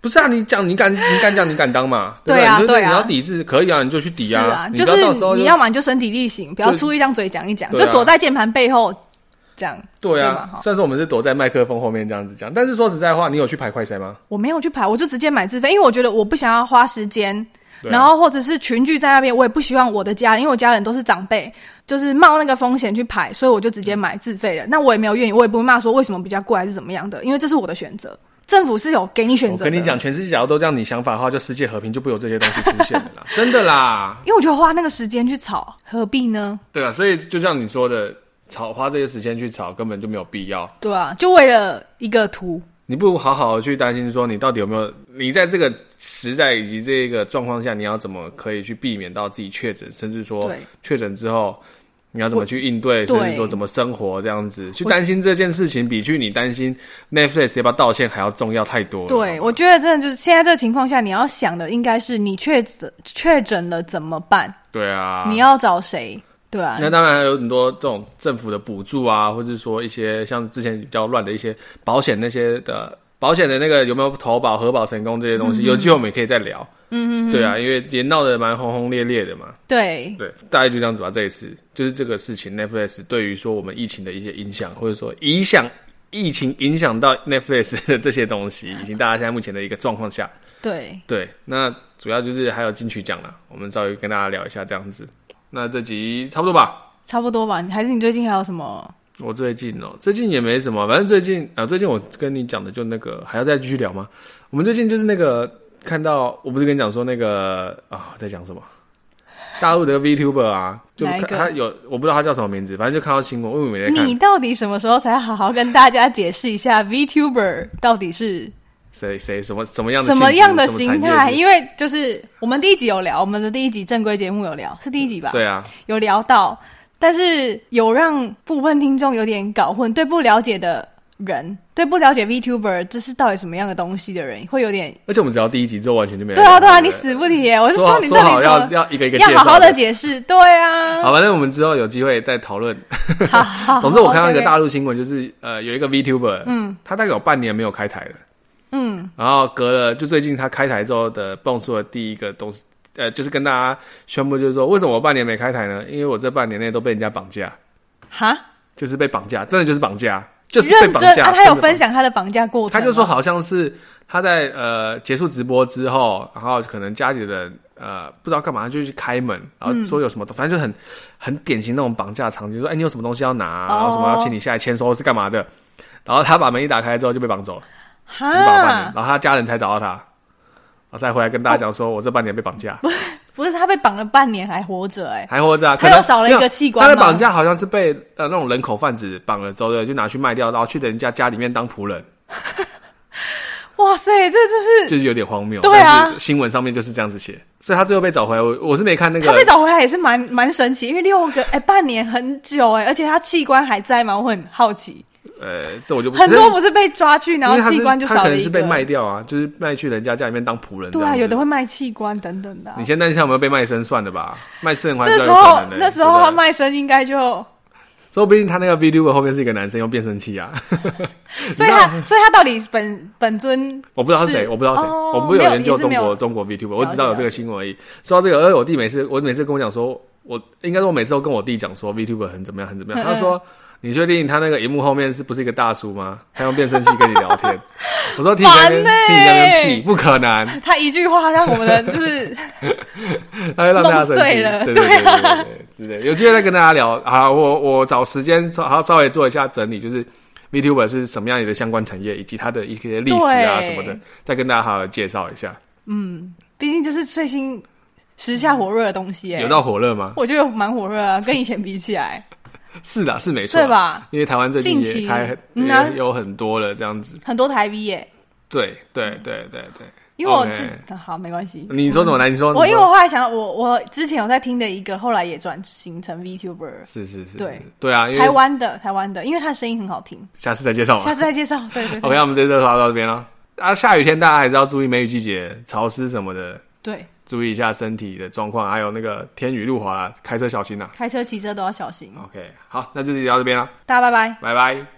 [SPEAKER 2] 不是啊，你讲你敢你敢讲你敢当嘛？不
[SPEAKER 1] 对啊
[SPEAKER 2] 你就是
[SPEAKER 1] 对啊
[SPEAKER 2] 你要抵制可以啊，你就去抵
[SPEAKER 1] 是啊，
[SPEAKER 2] 你
[SPEAKER 1] 就
[SPEAKER 2] 知道到时候
[SPEAKER 1] 是你
[SPEAKER 2] 就
[SPEAKER 1] 要么你就身体力行，不要出一张嘴讲一讲，
[SPEAKER 2] 对啊
[SPEAKER 1] 就躲在键盘背后这样。
[SPEAKER 2] 对
[SPEAKER 1] 对嘛
[SPEAKER 2] 啊
[SPEAKER 1] 哈。
[SPEAKER 2] 虽然说我们是躲在麦克风后面这样子讲，但是说实在话，你有去排快筛吗？
[SPEAKER 1] 我没有去排，我就直接买自费，因为我觉得我不想要花时间，
[SPEAKER 2] 对啊
[SPEAKER 1] 然后或者是群聚在那边，我也不希望我的家人，因为我家人都是长辈，就是冒那个风险去排，所以我就直接买自费的。那我也没有怨言，我也不会骂说为什么比较贵还是怎么样的，因为这是我的选择，政府是有给你选
[SPEAKER 2] 我
[SPEAKER 1] 择。
[SPEAKER 2] 跟你讲，，全世界假如都这样你想法的话，就世界和平就不会有这些东西出现了啦，真的啦。
[SPEAKER 1] 因为我觉得花那个时间去吵，何必呢？
[SPEAKER 2] 对啊，所以就像你说的，吵花这些时间去吵根本就没有必要。
[SPEAKER 1] 对啊，就为了一个图，
[SPEAKER 2] 你不如好好地去担心，说你到底有没有，你在这个时代以及这个状况下，你要怎么可以去避免到自己确诊，甚至说
[SPEAKER 1] 对
[SPEAKER 2] 确诊之后你要怎么去应对，
[SPEAKER 1] 对
[SPEAKER 2] 甚至说怎么生活这样子，去担心这件事情，比去你担心 Netflix 要不要道歉还要重要太多了。
[SPEAKER 1] 对，我觉得真的就是现在这个情况下，你要想的应该是你确诊确诊了怎么办？
[SPEAKER 2] 对啊，
[SPEAKER 1] 你要找谁？对啊，
[SPEAKER 2] 那当然还有很多这种政府的补助啊，或者说一些像之前比较乱的一些保险那些的保险的那个有没有投保核保成功这些东西，有机会我们也可以再聊。嗯嗯，对啊，因为也闹得蛮轰轰烈烈的嘛。
[SPEAKER 1] 对
[SPEAKER 2] 对，大概就这样子吧。这一次就是这个事情，Netflix 对于说我们疫情的一些影响，或者说影响疫情影响到 Netflix 的这些东西，以及大家现在目前的一个状况下，
[SPEAKER 1] 对，
[SPEAKER 2] 对，那主要就是还有金曲奖啦，我们稍微跟大家聊一下这样子。那这集差不多吧。
[SPEAKER 1] 差不多吧。还是你最近还有什么？
[SPEAKER 2] 我最近哦、最近也没什么，反正最近啊，最近我跟你讲的就那个，还要再继续聊吗？我们最近就是那个看到，我不是跟你讲说那个啊，在讲什么？大陆的 VTuber 啊，就
[SPEAKER 1] 哪一
[SPEAKER 2] 看
[SPEAKER 1] 个
[SPEAKER 2] 他有我不知道他叫什么名字，反正就看到新闻，因为我没在看
[SPEAKER 1] 你到底什么时候才好好跟大家解释一下 VTuber 到底是
[SPEAKER 2] 谁谁什么什么样的
[SPEAKER 1] 什么
[SPEAKER 2] 性质
[SPEAKER 1] 样的
[SPEAKER 2] 什么
[SPEAKER 1] 形
[SPEAKER 2] 产业
[SPEAKER 1] 态？
[SPEAKER 2] 是
[SPEAKER 1] 因为就是我们第一集有聊，我们的第一集正规节目有聊，是第一集吧？
[SPEAKER 2] 对啊，
[SPEAKER 1] 有聊到，但是有让部分听众有点搞混，对不了解的人，对不了解 VTuber 这是到底什么样的东西的人，会有点
[SPEAKER 2] 而且我们只要第一集之后完全就没有
[SPEAKER 1] 对啊
[SPEAKER 2] 聊
[SPEAKER 1] 对啊，
[SPEAKER 2] 不
[SPEAKER 1] 你死不提耶，我是
[SPEAKER 2] 说
[SPEAKER 1] 你
[SPEAKER 2] 说
[SPEAKER 1] 到
[SPEAKER 2] 好
[SPEAKER 1] 底什
[SPEAKER 2] 要
[SPEAKER 1] 么
[SPEAKER 2] 要一个一个
[SPEAKER 1] 要
[SPEAKER 2] 介
[SPEAKER 1] 好好
[SPEAKER 2] 绍
[SPEAKER 1] 的解释，对啊，
[SPEAKER 2] 好，反正我们之后有机会再讨论。
[SPEAKER 1] 好好，
[SPEAKER 2] 总之，我看到一
[SPEAKER 1] 哦
[SPEAKER 2] 个
[SPEAKER 1] OK，OK
[SPEAKER 2] 大陆新闻，就是呃，有一个 VTuber，嗯，他大概有半年没有开台了，嗯，然后隔了就最近他开台之后的蹦出了第一个东西，呃，就是跟大家宣布，就是说为什么我半年没开台呢？因为我这半年内都被人家绑架，
[SPEAKER 1] 哈，
[SPEAKER 2] 就是被绑架，真的就是绑架，就是被
[SPEAKER 1] 认
[SPEAKER 2] 绑
[SPEAKER 1] 真
[SPEAKER 2] 架。
[SPEAKER 1] 啊，他有
[SPEAKER 2] 真的绑
[SPEAKER 1] 分享他的绑架过程
[SPEAKER 2] 他
[SPEAKER 1] 吗，
[SPEAKER 2] 就说好像是他在呃结束直播之后，然后可能家里的人呃不知道干嘛，他就去开门，然后说有什么，反正就很很典型那种绑架场景，就说哎、你有什么东西要拿、
[SPEAKER 1] 哦
[SPEAKER 2] 然后什么要请你下来签收是干嘛的，然后他把门一打开之后就被绑走了，已经绑了半年
[SPEAKER 1] 哈，，
[SPEAKER 2] 然后他家人才找到他，然后再回来跟大家讲说我这半年被 绑架，
[SPEAKER 1] 不是他被绑了半年还活着哎、
[SPEAKER 2] 还活着啊，
[SPEAKER 1] 他
[SPEAKER 2] 可能
[SPEAKER 1] 又少了一个器官
[SPEAKER 2] 没有他
[SPEAKER 1] 吗
[SPEAKER 2] 的绑架好像是被呃那种人口贩子绑了之后，对，就拿去卖掉，然后去人家家里面当仆人。
[SPEAKER 1] 哇塞，这这是
[SPEAKER 2] 就是有点荒谬。
[SPEAKER 1] 对啊
[SPEAKER 2] 但是新闻上面就是这样子写，所以他最后被找回来。我我是没看那个，
[SPEAKER 1] 他被找回来也是蛮蛮神奇，因为六个哎、半年很久哎、而且他器官还在吗？我很好奇，
[SPEAKER 2] 呃，这我就不
[SPEAKER 1] 很
[SPEAKER 2] 但
[SPEAKER 1] 多
[SPEAKER 2] 是
[SPEAKER 1] 不是被抓去，然
[SPEAKER 2] 因为
[SPEAKER 1] 后
[SPEAKER 2] 他是
[SPEAKER 1] 器官就
[SPEAKER 2] 他
[SPEAKER 1] 少
[SPEAKER 2] 可
[SPEAKER 1] 了
[SPEAKER 2] 能
[SPEAKER 1] 一
[SPEAKER 2] 是
[SPEAKER 1] 个，
[SPEAKER 2] 被卖掉啊，就是卖去人家家里面当仆人这
[SPEAKER 1] 对
[SPEAKER 2] 样子。
[SPEAKER 1] 啊，有的会卖器官等等的啊、
[SPEAKER 2] 你先担心他有没有被卖身算了吧，卖身还
[SPEAKER 1] 这
[SPEAKER 2] 比较
[SPEAKER 1] 时
[SPEAKER 2] 有可
[SPEAKER 1] 候
[SPEAKER 2] 能的欸
[SPEAKER 1] 那时候
[SPEAKER 2] 对不对
[SPEAKER 1] 他卖身应该就，
[SPEAKER 2] 说不定他那个 v d o 后面是一个男生用变声器啊，
[SPEAKER 1] 所以他所以他到底本本尊
[SPEAKER 2] 我不知道是谁，我不知道谁，
[SPEAKER 1] 哦
[SPEAKER 2] 我不是
[SPEAKER 1] 没有
[SPEAKER 2] 研究
[SPEAKER 1] 你是
[SPEAKER 2] 中
[SPEAKER 1] 没有
[SPEAKER 2] 国中国 VTuber，
[SPEAKER 1] 了
[SPEAKER 2] 我只
[SPEAKER 1] 解
[SPEAKER 2] 知道有这个新闻而已。说到这个，哎而且我弟每次我每次跟我讲说，我应该说我每次都跟我弟讲说 VTuber 很怎么样很怎么
[SPEAKER 1] 嗯
[SPEAKER 2] 样，他说。你确定他那个荧幕后面是不是一个大叔吗？他用变声器跟你聊 天，我说听你在那边，
[SPEAKER 1] 烦欸
[SPEAKER 2] 听你在那边屁，不可能，
[SPEAKER 1] 他一句话让我们的 就是
[SPEAKER 2] 他会让大家
[SPEAKER 1] 弄
[SPEAKER 2] 生气
[SPEAKER 1] 碎了
[SPEAKER 2] 对对
[SPEAKER 1] 对
[SPEAKER 2] 对
[SPEAKER 1] 啊
[SPEAKER 2] 对对对，之类。有机会再跟大家聊好，我我找时间稍好稍微做一下整理，就是 VTuber 是什么样的相关产业，以及它的一些历史啊
[SPEAKER 1] 对
[SPEAKER 2] 什么的，再跟大家好好介绍一下。
[SPEAKER 1] 毕竟这是最新时下火热的东西、哎，
[SPEAKER 2] 有到火热吗？
[SPEAKER 1] 我觉得蛮火热啊，跟以前比起来，
[SPEAKER 2] 是的，是没错，啊
[SPEAKER 1] 对？吧？
[SPEAKER 2] 因为台湾最近
[SPEAKER 1] 近期
[SPEAKER 2] 也开
[SPEAKER 1] 嗯啊
[SPEAKER 2] 也有很多了，这样子。
[SPEAKER 1] 很多台币哎耶、
[SPEAKER 2] 对对对对对，
[SPEAKER 1] 因为我
[SPEAKER 2] OK 嗯
[SPEAKER 1] 这好没关系。
[SPEAKER 2] 你说怎么来？你说
[SPEAKER 1] 嗯我
[SPEAKER 2] 你
[SPEAKER 1] 因为
[SPEAKER 2] 说
[SPEAKER 1] 我后来想到，我我之前有在听的一个，后来也转型成 VTuber，
[SPEAKER 2] 是是是，
[SPEAKER 1] 对
[SPEAKER 2] 对啊，因
[SPEAKER 1] 台
[SPEAKER 2] 为
[SPEAKER 1] 湾的台湾的，因为他的声音很好听。
[SPEAKER 2] 下次再介绍嘛
[SPEAKER 1] 下。次再介绍，对对
[SPEAKER 2] OK，
[SPEAKER 1] 对
[SPEAKER 2] 哦 那我们这次就聊到这边了。啊，下雨天大家还是要注意梅雨季节、潮湿什么的，
[SPEAKER 1] 对，
[SPEAKER 2] 注意一下身体的状况，还有那个天雨路滑啦，开车小心啦。
[SPEAKER 1] 开车骑车都要小心。
[SPEAKER 2] 哦 OK，好，那这期聊到这边了，
[SPEAKER 1] 大家拜拜。
[SPEAKER 2] 拜拜。